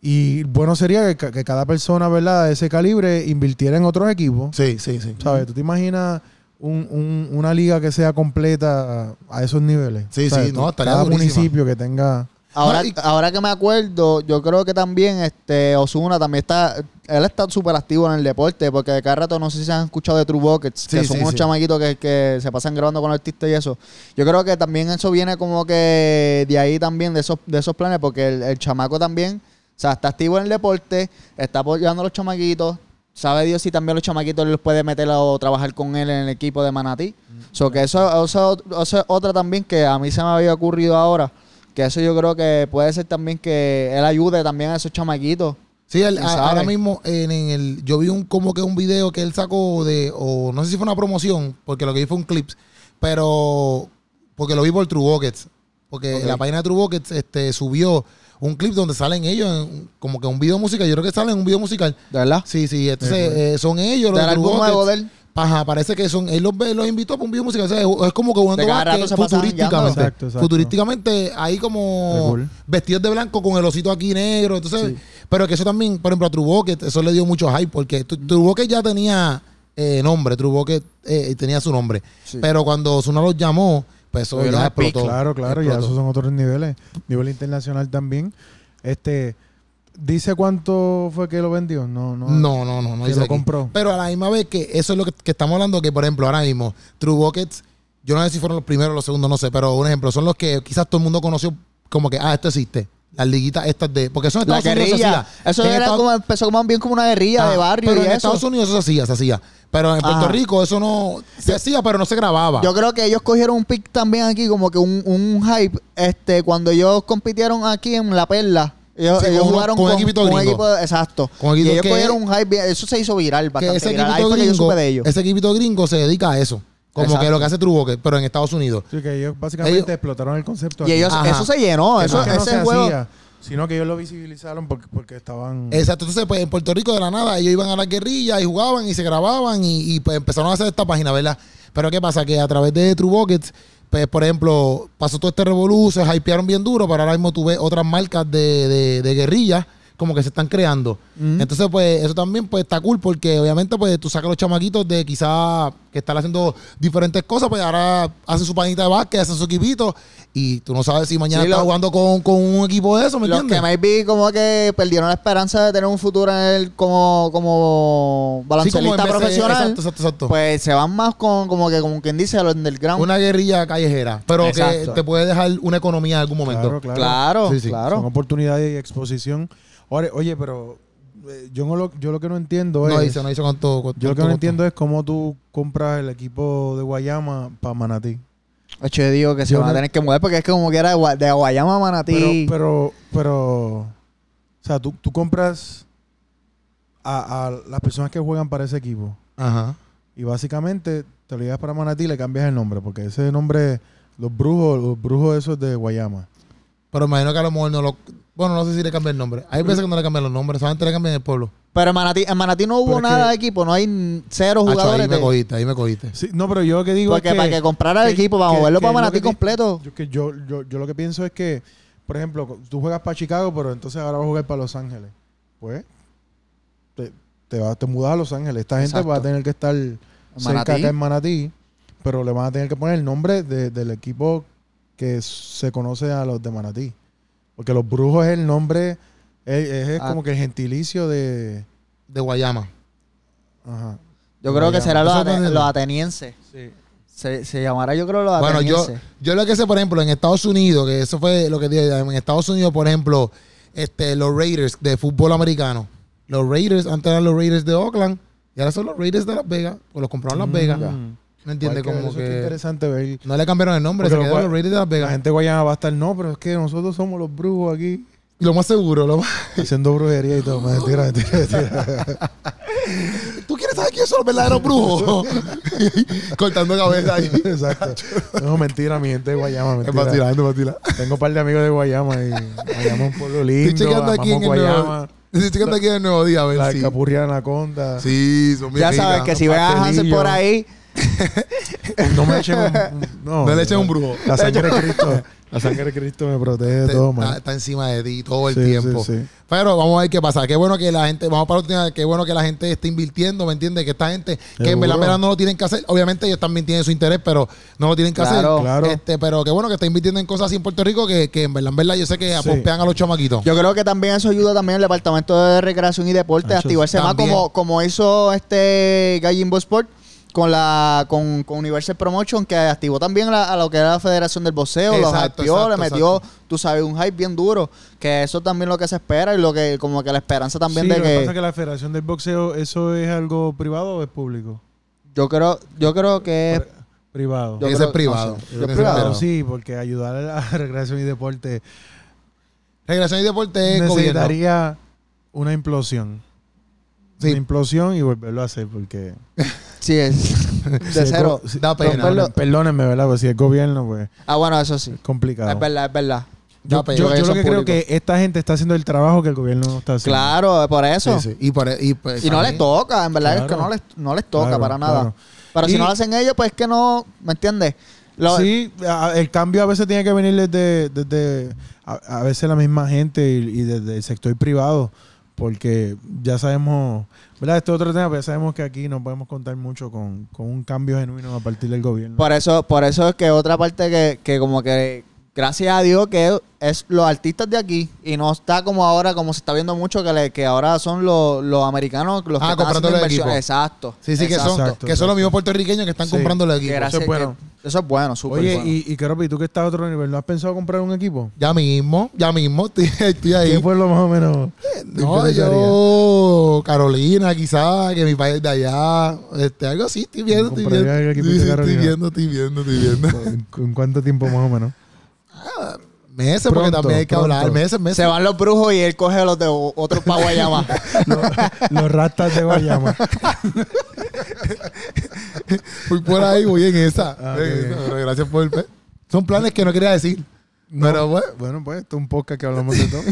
Speaker 3: Y bueno sería que, ca- que cada persona, ¿verdad?, de ese calibre invirtiera en otros equipos.
Speaker 2: sí, sí, sí.
Speaker 3: ¿Sabes? ¿Tú te imaginas un- un- una liga que sea completa a esos niveles?
Speaker 2: Sí,
Speaker 3: ¿Sabes?
Speaker 2: sí, no, estaría
Speaker 3: Cada
Speaker 2: durísima.
Speaker 3: municipio que tenga...
Speaker 4: Ahora,
Speaker 2: No, y-
Speaker 4: ahora que me acuerdo, yo creo que también este Osuna también está, él está súper activo en el deporte, porque de cada rato no sé si se han escuchado de True Buckets, que
Speaker 2: Sí,
Speaker 4: son
Speaker 2: sí,
Speaker 4: unos
Speaker 2: sí.
Speaker 4: chamaquitos que, que se pasan grabando con artistas y eso. Yo creo que también eso viene como que de ahí también, de esos, de esos planes, porque el, el chamaco también, o sea, está activo en el deporte, está apoyando a los chamaquitos. Sabe Dios si también los chamaquitos los puede meter o trabajar con él en el equipo de Manatí.
Speaker 2: Mm.
Speaker 4: So que eso, eso, eso es otra también que a mí se me había ocurrido ahora. Que eso yo creo que puede ser también que él ayude también a esos chamaquitos.
Speaker 2: Sí, él-
Speaker 4: ¿Quién
Speaker 2: a-
Speaker 4: sabe?
Speaker 2: ahora mismo en, en el, yo vi un como que un video que él sacó de, o no sé si fue una promoción, porque lo que vi fue un clip, pero porque lo vi por True Buckets, porque
Speaker 4: Ok.
Speaker 2: la página de True Buckets este, subió un clip donde salen ellos, en- como que un video musical, yo creo que salen un video musical.
Speaker 4: ¿De verdad?
Speaker 2: Sí, sí, entonces eh, son ellos los
Speaker 4: ¿Del
Speaker 2: de True
Speaker 4: álbum nuevo
Speaker 2: Buckets.
Speaker 4: de él?
Speaker 2: Ajá, parece que son, él los, ve- los invitó para un video musical, o sea, es, es como que un
Speaker 4: De cada rato se pasan
Speaker 2: futurísticamente,
Speaker 3: jangueando. Exacto, exacto.
Speaker 2: futurísticamente ahí como
Speaker 3: Qué cool.
Speaker 2: vestidos de blanco con el osito aquí negro, entonces, pero que eso también, por ejemplo, a True Bucket, eso le dio mucho hype porque
Speaker 4: Mm.
Speaker 2: tu- True Bucket ya tenía eh, nombre, True Bucket eh, tenía su nombre,
Speaker 4: Sí.
Speaker 2: pero cuando Osuna los llamó, pues eso
Speaker 5: Pero
Speaker 2: ya
Speaker 5: era
Speaker 2: explotó.
Speaker 3: Ah, Claro, claro, ya
Speaker 2: Explotó.
Speaker 3: esos son otros niveles. Nivel internacional también. Este, ¿dice cuánto fue que lo vendió? No, no.
Speaker 2: No, no, no, no
Speaker 3: Que
Speaker 2: dice
Speaker 3: lo
Speaker 2: aquí.
Speaker 3: compró.
Speaker 2: Pero a la misma vez que eso es lo que, que estamos hablando, que por ejemplo ahora mismo, True Buckets, yo no sé si fueron los primeros o los segundos, no sé, pero un ejemplo, son los que quizás todo el mundo conoció como que, ah, esto existe. Las liguitas estas de... Porque eso en
Speaker 4: La
Speaker 2: Estados Unidos se
Speaker 4: guerrilla.
Speaker 2: hacía.
Speaker 4: Eso
Speaker 2: En
Speaker 4: era
Speaker 2: Estados-
Speaker 4: como, empezó como bien como una guerrilla
Speaker 2: Ah,
Speaker 4: de barrio
Speaker 2: pero
Speaker 4: y
Speaker 2: en
Speaker 4: eso.
Speaker 2: Estados Unidos eso se hacía, se hacía. Pero en Puerto
Speaker 4: Ajá.
Speaker 2: Rico eso no... Se hacía, pero no se grababa.
Speaker 4: Yo creo que ellos cogieron un pick también aquí, como que un, un hype. Este, cuando ellos compitieron aquí en La Perla, ellos,
Speaker 2: Sí,
Speaker 4: ellos
Speaker 2: con uno-
Speaker 4: jugaron
Speaker 2: con
Speaker 4: con,
Speaker 2: un equipito
Speaker 4: con un
Speaker 2: gringo.
Speaker 4: equipo- exacto.
Speaker 2: Con un equipo
Speaker 4: y ellos
Speaker 2: que-
Speaker 4: cogieron un hype, bien- eso se hizo viral,
Speaker 2: que
Speaker 4: bastante
Speaker 2: ese
Speaker 4: viral. Ahí
Speaker 2: equipito,
Speaker 4: fue que yo
Speaker 2: gringo,
Speaker 4: supe de ellos.
Speaker 2: ese equipito gringo se dedica a eso. Como que
Speaker 4: Exacto.
Speaker 2: lo que hace True Bucket, pero en Estados Unidos.
Speaker 3: Sí, que ellos básicamente
Speaker 2: Ellos-
Speaker 3: explotaron el concepto.
Speaker 4: Y ellos,
Speaker 2: Ajá.
Speaker 4: eso se llenó,
Speaker 3: aquí. Que no
Speaker 4: eso,
Speaker 3: es que no
Speaker 4: ese
Speaker 3: se
Speaker 4: juego.
Speaker 3: hacía, sino que ellos lo visibilizaron porque, porque estaban.
Speaker 4: Mm.
Speaker 2: Exacto, entonces pues en Puerto Rico de la nada ellos iban a la guerrilla y jugaban y se grababan y, y, pues empezaron a hacer esta página, ¿verdad? Pero ¿qué pasa? Que a través de True Buckets, pues por ejemplo, pasó todo este revolú, se hypearon bien duro, pero ahora mismo tú ves otras marcas de, de, de guerrilla como que se están creando.
Speaker 4: Mm.
Speaker 2: Entonces, pues, eso también pues está cool porque obviamente pues tú sacas los chamaquitos de quizás que están haciendo diferentes cosas, pues ahora hacen su panita de básquet, hacen su equipito y tú no sabes si mañana
Speaker 4: Sí,
Speaker 2: estás
Speaker 4: lo-
Speaker 2: jugando con, con un equipo de eso, ¿me
Speaker 4: Los
Speaker 2: entiendes?
Speaker 4: que maybe como que perdieron la esperanza de tener un futuro en el como,
Speaker 2: Sí,
Speaker 4: como
Speaker 2: como en
Speaker 4: baloncelista
Speaker 2: vez de-
Speaker 4: profesional,
Speaker 2: Exacto, exacto, exacto.
Speaker 4: pues se van más con como que como quien dice, a los underground.
Speaker 2: una guerrilla callejera, pero que
Speaker 4: Exacto.
Speaker 2: te puede dejar una economía en algún momento.
Speaker 3: Claro, claro.
Speaker 4: Claro,
Speaker 2: Sí, sí.
Speaker 4: claro.
Speaker 3: Son oportunidades y exposición. Ahora, oye, pero eh, yo, no lo, yo lo que no entiendo
Speaker 2: No
Speaker 3: es...
Speaker 2: dice, no dice cuánto. cuánto-
Speaker 3: Yo lo que no
Speaker 2: cuánto-
Speaker 3: entiendo es cómo tú compras el equipo de Guayama para Manatí.
Speaker 4: Ocho, yo digo que se
Speaker 3: Yo
Speaker 4: van a
Speaker 3: no-
Speaker 4: tener que mover porque es que como que era de, Gua- de Guayama a Manatí.
Speaker 3: Pero, pero, pero, o sea, tú, tú compras a, a las personas que juegan para ese equipo
Speaker 2: Ajá.
Speaker 3: y básicamente te lo llevas para Manatí y le cambias el nombre, porque ese nombre, los brujos, los brujos esos de Guayama.
Speaker 2: Pero imagino que a lo mejor no lo. Bueno, no sé si le cambian el nombre. Hay veces que no le cambian los nombres, solamente le cambian el pueblo.
Speaker 4: Pero en Manatí, en Manatí no
Speaker 3: Pero
Speaker 4: hubo
Speaker 3: es
Speaker 4: nada
Speaker 3: que-
Speaker 4: de equipo, no hay n- cero
Speaker 2: Acho,
Speaker 4: jugadores.
Speaker 2: ahí me
Speaker 4: de-
Speaker 2: cogiste, ahí me cogiste.
Speaker 3: Sí, no, pero yo lo que digo
Speaker 4: porque
Speaker 3: es que...
Speaker 4: para que comprara el
Speaker 3: que-
Speaker 4: equipo, para
Speaker 3: que-
Speaker 4: moverlo
Speaker 3: que
Speaker 4: para
Speaker 3: es lo
Speaker 4: Manatí
Speaker 3: que te-
Speaker 4: completo.
Speaker 3: Yo, que yo, yo, yo lo que pienso es que, por ejemplo, co- tú juegas para Chicago, pero entonces ahora vas a jugar para Los Ángeles. Pues, te, te, vas, te mudas a Los Ángeles. Esta gente
Speaker 4: Exacto.
Speaker 3: va a tener que estar
Speaker 4: Manatí.
Speaker 3: cerca acá en Manatí, pero le van a tener que poner el nombre de- del equipo que se conoce a los de Manatí. Porque los brujos es el nombre, es, es- es
Speaker 4: Ah.
Speaker 3: como que el gentilicio de...
Speaker 2: De Guayama.
Speaker 3: Ajá.
Speaker 4: Yo creo que
Speaker 3: Guayama.
Speaker 4: será los,
Speaker 2: Eso
Speaker 4: ate-
Speaker 2: no es-
Speaker 4: los atenienses. Se, se llamará, yo creo, los
Speaker 2: Bueno, yo,
Speaker 4: atenienses.
Speaker 2: yo lo que sé, por ejemplo, en Estados Unidos, que eso fue lo que dije, en Estados Unidos, por ejemplo, este, los Raiders de fútbol americano. Los Raiders, antes eran los Raiders de Oakland, y ahora son los Raiders de Las Vegas, o los compraron Las Vegas. ¿Me entiendes?
Speaker 3: Hay que ver,
Speaker 2: Como
Speaker 3: eso está
Speaker 2: que
Speaker 3: interesante ver
Speaker 2: no le cambiaron el nombre,
Speaker 3: Mm. Porque
Speaker 2: se
Speaker 3: lo
Speaker 2: quedaron
Speaker 3: cual-
Speaker 2: los Raiders de Las
Speaker 3: La
Speaker 2: Vegas.
Speaker 3: gente de Guayama va a estar, no, pero es que nosotros somos los brujos aquí.
Speaker 2: Lo más seguro, lo más...
Speaker 3: Haciendo brujería y todo. Mentira, mentira, mentira.
Speaker 2: ¿Tú quieres saber quiénes son los verdaderos brujos? Cortando cabeza ahí.
Speaker 3: Exacto. No, mentira, mi gente de Guayama.
Speaker 2: Es
Speaker 3: Mentira.
Speaker 2: vacilando, vacilando.
Speaker 3: Tengo un par de amigos de Guayama y Guayama es un pueblo lindo.
Speaker 2: Estoy chequeando aquí en
Speaker 3: amamos
Speaker 2: el nuevo...
Speaker 3: Guayama.
Speaker 2: Estoy chequeando aquí en el nuevo día, a ver
Speaker 3: La
Speaker 2: si...
Speaker 3: capurria anaconda.
Speaker 2: Sí, son bien
Speaker 4: ya
Speaker 2: ricas.
Speaker 4: sabes que si ves a Hansen
Speaker 3: pastelillo.
Speaker 4: por ahí,
Speaker 3: No me echen un... No,
Speaker 2: No le echen un brujo.
Speaker 3: La sangre de Cristo. La sangre de Cristo me protege de
Speaker 2: Te-
Speaker 3: todo,
Speaker 2: está,
Speaker 3: man.
Speaker 2: está encima de ti todo el
Speaker 3: Sí,
Speaker 2: tiempo.
Speaker 3: sí, sí.
Speaker 2: Pero vamos a ver qué pasa. Qué bueno que la gente, vamos para la última, qué bueno que la gente esté invirtiendo, ¿me entiendes? Que esta gente, que en verdad,
Speaker 3: Seguro.
Speaker 2: en verdad no lo tienen que hacer. Obviamente ellos también tienen su interés, pero no lo tienen que
Speaker 4: Claro.
Speaker 2: hacer.
Speaker 3: Claro.
Speaker 2: Este, pero qué bueno que está invirtiendo en cosas así en Puerto Rico que, que en verdad, en verdad, yo sé que apompean a los chamaquitos.
Speaker 4: yo creo que también eso ayuda también al Departamento de Recreación y Deporte a
Speaker 3: Hacho,
Speaker 4: activarse más
Speaker 2: también.
Speaker 4: como, como hizo este Gallimbo Sport con la con, con Universal Promotion que activó también la- a lo que era la Federación del Boxeo, los
Speaker 2: Exacto,
Speaker 4: hypeó, le
Speaker 2: exacto,
Speaker 4: metió, tú sabes, un hype bien duro, que eso también lo que se espera y lo que como que la esperanza también
Speaker 3: Sí,
Speaker 4: de
Speaker 3: lo que, pasa
Speaker 4: que,
Speaker 3: es que la Federación del Boxeo, ¿eso es algo privado o es público?
Speaker 4: yo creo yo creo que es
Speaker 3: Privado.
Speaker 4: Yo
Speaker 2: Tiene que
Speaker 4: creo-
Speaker 2: ser privado.
Speaker 4: no sé.
Speaker 2: Tiene que
Speaker 4: Es
Speaker 2: ser
Speaker 4: privado,
Speaker 2: privado.
Speaker 3: sí, porque ayudar a la recreación y deporte
Speaker 2: Recreación y deporte es gobierno.
Speaker 3: necesitaría una implosión.
Speaker 2: Sí.
Speaker 3: Una implosión y volverlo a hacer porque...
Speaker 4: sí es de
Speaker 3: Sí,
Speaker 4: cero.
Speaker 3: co- sí,
Speaker 2: Da pena.
Speaker 3: Perdónenme, perdónenme, ¿verdad? Pues si es gobierno, pues
Speaker 4: Ah, bueno, eso sí.
Speaker 3: es complicado.
Speaker 4: Es verdad, es verdad.
Speaker 2: Da
Speaker 3: Yo,
Speaker 2: pena.
Speaker 3: yo- yo
Speaker 4: Eso
Speaker 3: lo
Speaker 4: es
Speaker 3: que creo
Speaker 4: público.
Speaker 3: que esta gente está haciendo el trabajo que el gobierno no está haciendo.
Speaker 4: Claro, por eso.
Speaker 2: Sí, sí. Y, por- y, pues,
Speaker 4: Y no
Speaker 2: también-
Speaker 4: les toca, en verdad es que
Speaker 3: Claro.
Speaker 4: no les, no les toca
Speaker 3: Claro,
Speaker 4: para nada.
Speaker 3: claro.
Speaker 4: Pero si
Speaker 3: Y-
Speaker 4: no lo hacen ellos, pues es que no, ¿me entiendes? Lo-
Speaker 3: Sí, a- el cambio a veces tiene que venir desde, desde a, a veces la misma gente y, y desde el sector privado, porque ya sabemos, ¿verdad? Este es otro tema, pero ya sabemos que aquí no podemos contar mucho con, con un cambio genuino a partir del gobierno.
Speaker 4: Por eso, por eso es que otra parte que, que como que gracias a Dios que es los artistas de aquí y no está como ahora, como se está viendo mucho, que, le- que ahora son los, los americanos los
Speaker 2: Ah,
Speaker 4: que están
Speaker 2: comprando
Speaker 4: haciendo
Speaker 2: los
Speaker 4: inversión.
Speaker 2: equipos.
Speaker 4: Exacto.
Speaker 2: Sí, sí, que son,
Speaker 3: Exacto,
Speaker 2: que son los
Speaker 3: exacto.
Speaker 2: mismos puertorriqueños que están
Speaker 3: Sí.
Speaker 2: comprando los
Speaker 4: Que
Speaker 2: equipos.
Speaker 4: gracias-
Speaker 3: es bueno.
Speaker 4: que- eso es bueno, súper
Speaker 3: Oye,
Speaker 4: bueno.
Speaker 3: y, y Keropi, tú que estás a otro nivel, ¿no has pensado comprar un equipo?
Speaker 2: Ya mismo, ya mismo, estoy, estoy ahí. Eh,
Speaker 3: ¿Qué pueblo más o menos? te
Speaker 2: No,
Speaker 3: interesaría?
Speaker 2: yo, Carolina, quizás, que mi país de allá, este, algo así, estoy viendo, estoy viendo.
Speaker 3: Compraría el equipo de
Speaker 2: Sí, sí, estoy
Speaker 3: Carolina.
Speaker 2: viendo, estoy viendo, estoy viendo. Ah,
Speaker 3: ¿En cu- en cuánto tiempo más o menos?
Speaker 2: Meses, porque
Speaker 3: Pronto,
Speaker 2: también hay que
Speaker 3: pronto.
Speaker 2: hablar, meses, meses.
Speaker 4: se van los brujos y él coge los de o- otros para Guayama.
Speaker 3: Los, los rastas de Guayama.
Speaker 2: Voy por ahí, voy en esa.
Speaker 3: Ah,
Speaker 2: Voy en
Speaker 3: qué
Speaker 2: esa,
Speaker 3: bien.
Speaker 2: pero gracias por el pe- Son planes que no quería decir,
Speaker 3: No.
Speaker 2: pero bueno,
Speaker 3: Bueno, pues, esto es un podcast que hablamos de todo.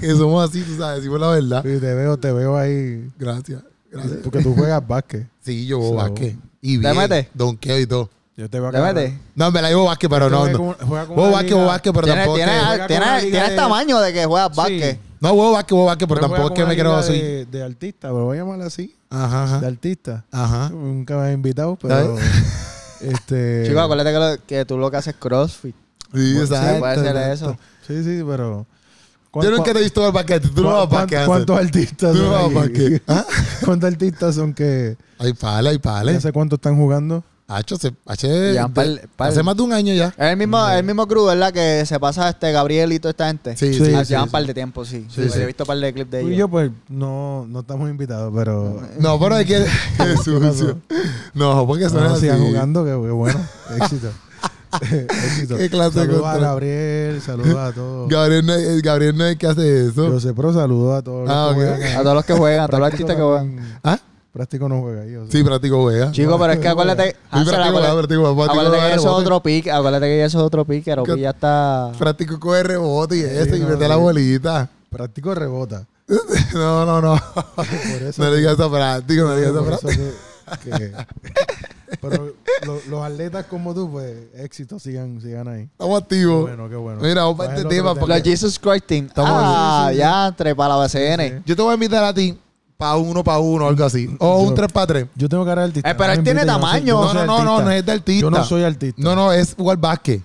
Speaker 2: que somos así, tú sabes, decimos la verdad.
Speaker 3: Sí, te veo, te veo ahí.
Speaker 2: Gracias, gracias.
Speaker 3: Porque tú juegas básquet.
Speaker 2: Sí, yo voy
Speaker 3: So-
Speaker 2: Vázquez. Y
Speaker 4: ¿Le mete?
Speaker 2: bien, donqueo y todo.
Speaker 3: Yo te veo
Speaker 4: ¿Te metes?
Speaker 2: No, me la llevo Vázquez, pero no,
Speaker 3: Juega
Speaker 2: no.
Speaker 3: con- juega con
Speaker 2: Vos
Speaker 3: una
Speaker 2: Vázquez,
Speaker 3: liga-
Speaker 2: vos Vázquez, pero
Speaker 4: Tiene,
Speaker 2: tampoco.
Speaker 4: tiene,
Speaker 2: es que-
Speaker 3: juega con
Speaker 4: tiene-
Speaker 3: una liga
Speaker 4: tiene
Speaker 3: de-
Speaker 4: tamaño de que juegas
Speaker 3: Sí.
Speaker 4: básquet.
Speaker 2: No, huevo básquet, huevo básquet, pero
Speaker 3: Me voy a
Speaker 2: tampoco es que me
Speaker 3: comer
Speaker 2: quiero
Speaker 3: la
Speaker 2: así. Ah.
Speaker 3: De, de artista, pero voy a llamar así.
Speaker 2: Ajá,
Speaker 3: De
Speaker 2: ajá.
Speaker 3: artista.
Speaker 2: Ajá.
Speaker 3: Nunca me han invitado, pero. este.
Speaker 2: Eh,
Speaker 4: Chico, acuérdate que, lo- que tú lo que haces es CrossFit.
Speaker 2: Sí,
Speaker 3: Bueno, sí,
Speaker 2: exacto.
Speaker 4: puede ser
Speaker 2: exacto.
Speaker 4: eso.
Speaker 3: Sí, sí, pero. ¿cuán-
Speaker 2: Yo
Speaker 3: cuán-
Speaker 2: nunca te he visto el paquete. Tú no vas para
Speaker 3: cuán-
Speaker 2: qué
Speaker 3: ¿Cuántos artistas
Speaker 2: Tú no
Speaker 3: son
Speaker 2: vas
Speaker 3: allí?
Speaker 2: para qué. ¿Ah?
Speaker 3: ¿Cuántos artistas son que
Speaker 2: Hay pala, hay pala.
Speaker 3: no sé cuánto están jugando?
Speaker 2: Hacho, se, hache-
Speaker 4: Ya, pal-
Speaker 2: de-
Speaker 4: pal.
Speaker 2: hace más de un año ya.
Speaker 4: Es el mismo, el mismo crew, ¿verdad? Que se pasa este Gabriel y toda esta gente.
Speaker 2: Sí,
Speaker 3: Sí,
Speaker 2: sí.
Speaker 4: Ah,
Speaker 2: sí,
Speaker 4: llevan
Speaker 2: sí.
Speaker 4: un par de tiempo, sí.
Speaker 2: Sí,
Speaker 4: Yo
Speaker 2: sí.
Speaker 4: He visto un par de clips de
Speaker 3: Tú
Speaker 4: ellos.
Speaker 3: y yo, pues, no, no estamos invitados, pero.
Speaker 2: No, pero hay que. Qué sucio. No, porque
Speaker 3: No,
Speaker 2: son así.
Speaker 3: sigan jugando, que, que bueno. Éxito. éxito.
Speaker 2: Qué clase de
Speaker 3: saludos a
Speaker 2: contra-
Speaker 3: Gabriel, saludos a todos.
Speaker 2: Gabriel no, es- Gabriel no es que hace
Speaker 3: Yo
Speaker 2: eso.
Speaker 3: sé, pero saludos a todos.
Speaker 2: Ah,
Speaker 3: los que
Speaker 2: ok.
Speaker 3: juegan.
Speaker 4: A todos los que juegan, a todos los artistas que juegan.
Speaker 3: también-
Speaker 2: ¿Ah?
Speaker 3: Práctico no juega ahí. o sea.
Speaker 2: Sí, práctico juega. Sí,
Speaker 4: Chico, pero es que acuérdate. Hansel,
Speaker 2: práctico juega,
Speaker 4: acuérdate,
Speaker 2: práctico juega. Práctico
Speaker 4: acuérdate
Speaker 2: juega
Speaker 4: que eso es
Speaker 2: rebote.
Speaker 4: otro pick. Acuérdate que eso es otro pick. Que
Speaker 2: Que-
Speaker 4: Aropi ya está.
Speaker 2: Práctico coge rebote y eso, y
Speaker 3: no,
Speaker 2: mete la
Speaker 3: sí.
Speaker 2: bolita.
Speaker 3: Práctico rebota.
Speaker 2: No, no, no.
Speaker 3: Por eso.
Speaker 2: No le digas a práctico, no le digas a
Speaker 3: por
Speaker 2: práctico.
Speaker 3: eso que- que- pero lo- los atletas como tú, pues, éxito, sigan, sigan ahí.
Speaker 2: Estamos activos.
Speaker 3: Bueno, qué bueno.
Speaker 2: Mira, vamos para
Speaker 3: Pues
Speaker 2: este
Speaker 3: el
Speaker 2: tema.
Speaker 3: otro
Speaker 2: porque-
Speaker 4: Los Jesus Christ Team.
Speaker 2: Estamos-
Speaker 4: ah,
Speaker 2: sí, sí, sí.
Speaker 4: ya, tres para la BCN.
Speaker 2: Yo te voy a invitar a ti para uno, para uno, algo así. O un
Speaker 3: Yo-
Speaker 2: 3 para 3.
Speaker 3: Yo tengo cara de artista.
Speaker 4: Eh, pero
Speaker 3: no
Speaker 4: él
Speaker 3: me
Speaker 4: tiene
Speaker 3: inviten, yo
Speaker 4: tamaño.
Speaker 2: No,
Speaker 3: soy-
Speaker 2: no,
Speaker 3: yo
Speaker 2: no, no,
Speaker 3: soy
Speaker 2: no
Speaker 3: artista.
Speaker 2: es de artista.
Speaker 3: Yo no soy artista.
Speaker 2: No, no, es jugar básquet.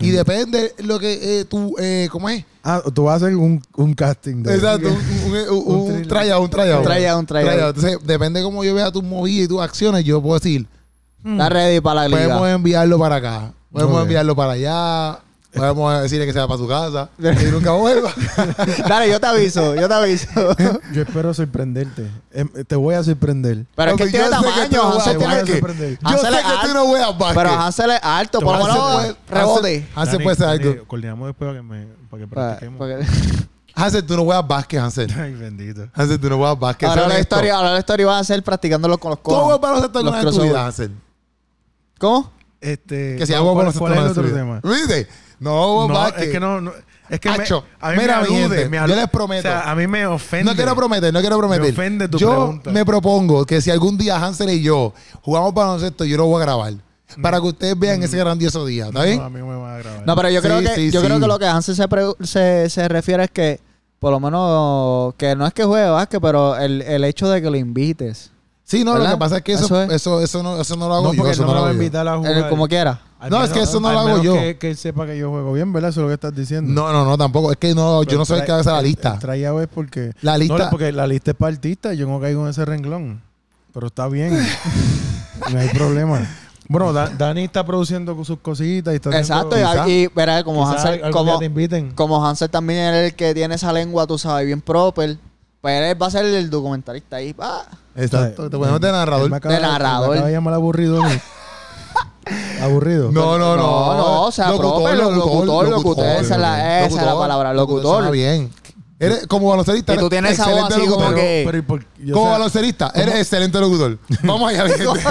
Speaker 4: Mm.
Speaker 2: Y depende lo que eh, tú, eh, ¿cómo es?
Speaker 3: Ah, tú vas a hacer un, un casting. de-
Speaker 2: Exacto, un, un, un, un
Speaker 3: Un
Speaker 2: tryout, un tryout.
Speaker 4: Un tryout, un tryout.
Speaker 2: Entonces, depende cómo yo vea tus movidas y tus acciones, yo puedo decir,
Speaker 4: Está ready para la liga.
Speaker 2: Mm. podemos enviarlo para acá, podemos
Speaker 3: Muy bien.
Speaker 2: enviarlo para allá, podemos decirle que se va para su casa y nunca vuelva.
Speaker 4: Dale, yo te aviso, yo te aviso.
Speaker 3: Yo espero sorprenderte. Em, te voy a sorprender.
Speaker 4: Pero es que
Speaker 2: Porque
Speaker 4: él tiene
Speaker 2: pues yo sé que este tú
Speaker 4: tamaño,
Speaker 2: no juegas
Speaker 3: Hansel te
Speaker 4: Hansel tiene
Speaker 3: vas a
Speaker 2: básquet.
Speaker 3: sorprender.
Speaker 2: Yo sé
Speaker 4: Hansel es
Speaker 2: que tú no juegas
Speaker 3: Ah,
Speaker 2: básquet.
Speaker 4: Pero Hansel es alto, por lo
Speaker 3: Hansel
Speaker 4: menos eh,
Speaker 2: puede-
Speaker 4: rebote.
Speaker 3: Ah,
Speaker 2: Hansel Ah, puede ser algo.
Speaker 3: Coordinamos después para que, me, para que
Speaker 4: Pa-
Speaker 3: practiquemos.
Speaker 4: porque-
Speaker 2: Hansel, tú no juegas básquet, Hansel.
Speaker 3: Ay, bendito.
Speaker 2: Hansel, tú no juegas básquet.
Speaker 4: Ahora
Speaker 2: sé
Speaker 4: la,
Speaker 2: honesto.
Speaker 4: historia, ahora la historia va a ser practicándolo con los
Speaker 2: Tú juegas
Speaker 4: conos.
Speaker 2: baloncesto
Speaker 4: Los
Speaker 2: alguna vez en tu
Speaker 4: crossover.
Speaker 2: vida, Hansel.
Speaker 4: ¿Cómo?
Speaker 3: Este,
Speaker 2: Que si
Speaker 3: no,
Speaker 2: hago
Speaker 3: ¿cuál-
Speaker 2: baloncesto
Speaker 3: ¿Cuál es el
Speaker 2: alguna vez
Speaker 3: otro
Speaker 2: en
Speaker 3: tema?
Speaker 2: tu vida. ¿Viste? No,
Speaker 3: No,
Speaker 2: básquet.
Speaker 3: es que no, no- es que me-
Speaker 2: Hacho,
Speaker 3: a mí me
Speaker 2: mira, mi
Speaker 3: alude,
Speaker 2: gente,
Speaker 3: me
Speaker 2: yo
Speaker 3: alude.
Speaker 2: les prometo.
Speaker 3: O sea, a mí me ofende.
Speaker 2: No quiero prometer, no quiero prometer.
Speaker 3: Me ofende tu
Speaker 2: yo
Speaker 3: pregunta.
Speaker 2: me propongo que si algún día Hansel y yo jugamos baloncesto, yo lo voy a grabar. Para que ustedes vean ese grandioso día, ¿está bien?
Speaker 3: Mm. No, a mí me va a grabar.
Speaker 4: No, pero yo
Speaker 2: Sí,
Speaker 4: creo que
Speaker 2: sí,
Speaker 4: yo
Speaker 2: sí.
Speaker 4: creo que lo que Hansel se, pre- se, se refiere es que por lo menos que no es que juegue básquet, pero el, el hecho de que lo invites.
Speaker 2: sí, no, lo
Speaker 4: ¿Verdad?
Speaker 2: que pasa es que eso,
Speaker 4: Eso
Speaker 2: eso,
Speaker 4: es.
Speaker 2: eso, no, eso no lo hago
Speaker 3: no,
Speaker 2: yo.
Speaker 3: porque
Speaker 2: Eso
Speaker 3: no me
Speaker 2: lo
Speaker 3: va a
Speaker 2: hago yo.
Speaker 3: invitar a
Speaker 4: el-
Speaker 3: jugar.
Speaker 4: como quiera.
Speaker 3: Al
Speaker 2: No, es que eso no lo
Speaker 3: al
Speaker 2: hago
Speaker 3: menos
Speaker 2: yo.
Speaker 3: Que, que él sepa que yo juego bien, ¿verdad? Eso es lo que estás diciendo.
Speaker 2: No, no, no, tampoco. Es que no, yo no soy el que hace la lista.
Speaker 3: Traía es porque.
Speaker 2: La lista-
Speaker 3: No, porque la lista es para artistas. Yo no caigo en ese renglón. Pero está bien. no hay problema. Bueno, Da- Dani está produciendo sus cositas y está haciendo-
Speaker 4: Exacto, y,
Speaker 3: quizá-
Speaker 4: y verá, como
Speaker 3: quizá
Speaker 4: Hansel,
Speaker 3: algún día
Speaker 4: como,
Speaker 3: te inviten.
Speaker 4: como Hansel también es el que tiene esa lengua, tú sabes, bien proper. Pues él va a ser el documentalista ahí. Ah, pa.
Speaker 2: Exacto. Te ponemos de
Speaker 3: Él me
Speaker 2: narrador.
Speaker 3: acaba
Speaker 4: De narrador.
Speaker 3: me acaba de llamar aburrido. güey. aburrido.
Speaker 2: No, no, no.
Speaker 4: No, no, o sea, proper, locutor, locutor, esa es la- esa es la palabra, locutor.
Speaker 2: Está bien. Eres como baloncerista.
Speaker 4: Y tú
Speaker 2: eres
Speaker 4: tienes esa voz
Speaker 2: excelente
Speaker 4: así
Speaker 2: locutor.
Speaker 4: como que-
Speaker 3: Pero, ¿y por- y, o
Speaker 2: Como
Speaker 3: sea,
Speaker 2: baloncerista, eres excelente locutor. Vamos allá, gente. vamos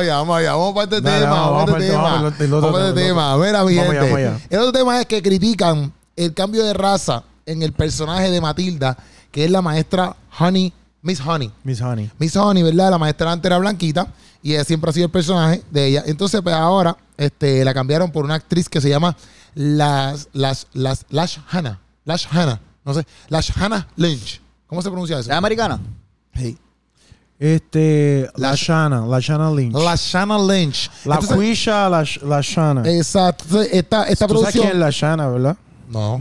Speaker 2: allá, vamos allá. Vamos para este
Speaker 3: Dale,
Speaker 2: tema.
Speaker 3: vamos,
Speaker 2: Vamos
Speaker 3: vamos
Speaker 2: para este
Speaker 3: para el-
Speaker 2: tema.
Speaker 3: vamos para el otro
Speaker 2: Vamos para este
Speaker 3: tema,
Speaker 2: tema. Mira, mi
Speaker 3: Vamos
Speaker 2: gente.
Speaker 3: allá, vamos allá.
Speaker 2: El otro tema es que critican el cambio de raza en el personaje de Matilda, que es la maestra Honey, Miss Honey.
Speaker 3: Miss Honey.
Speaker 2: Miss Honey, ¿verdad? La maestra antes era blanquita y ella siempre ha sido el personaje de ella. Entonces, pues ahora este, la cambiaron por una actriz que se llama Las, las, las, Lash Hannah. Lash Hannah. No sé. Lash Hannah Lynch. ¿Cómo se pronuncia eso?
Speaker 4: ¿Es americana?
Speaker 2: Sí.
Speaker 3: Este,
Speaker 2: La-
Speaker 3: la Shana, la Shana Lynch. La,
Speaker 2: La Shana Lynch. Entonces,
Speaker 3: Quisha, la, Sh- la Shana.
Speaker 2: Exacto. Entonces, Esta, esta
Speaker 3: Tú sabes quién es
Speaker 2: producción.
Speaker 3: la Shana, ¿verdad?
Speaker 2: No.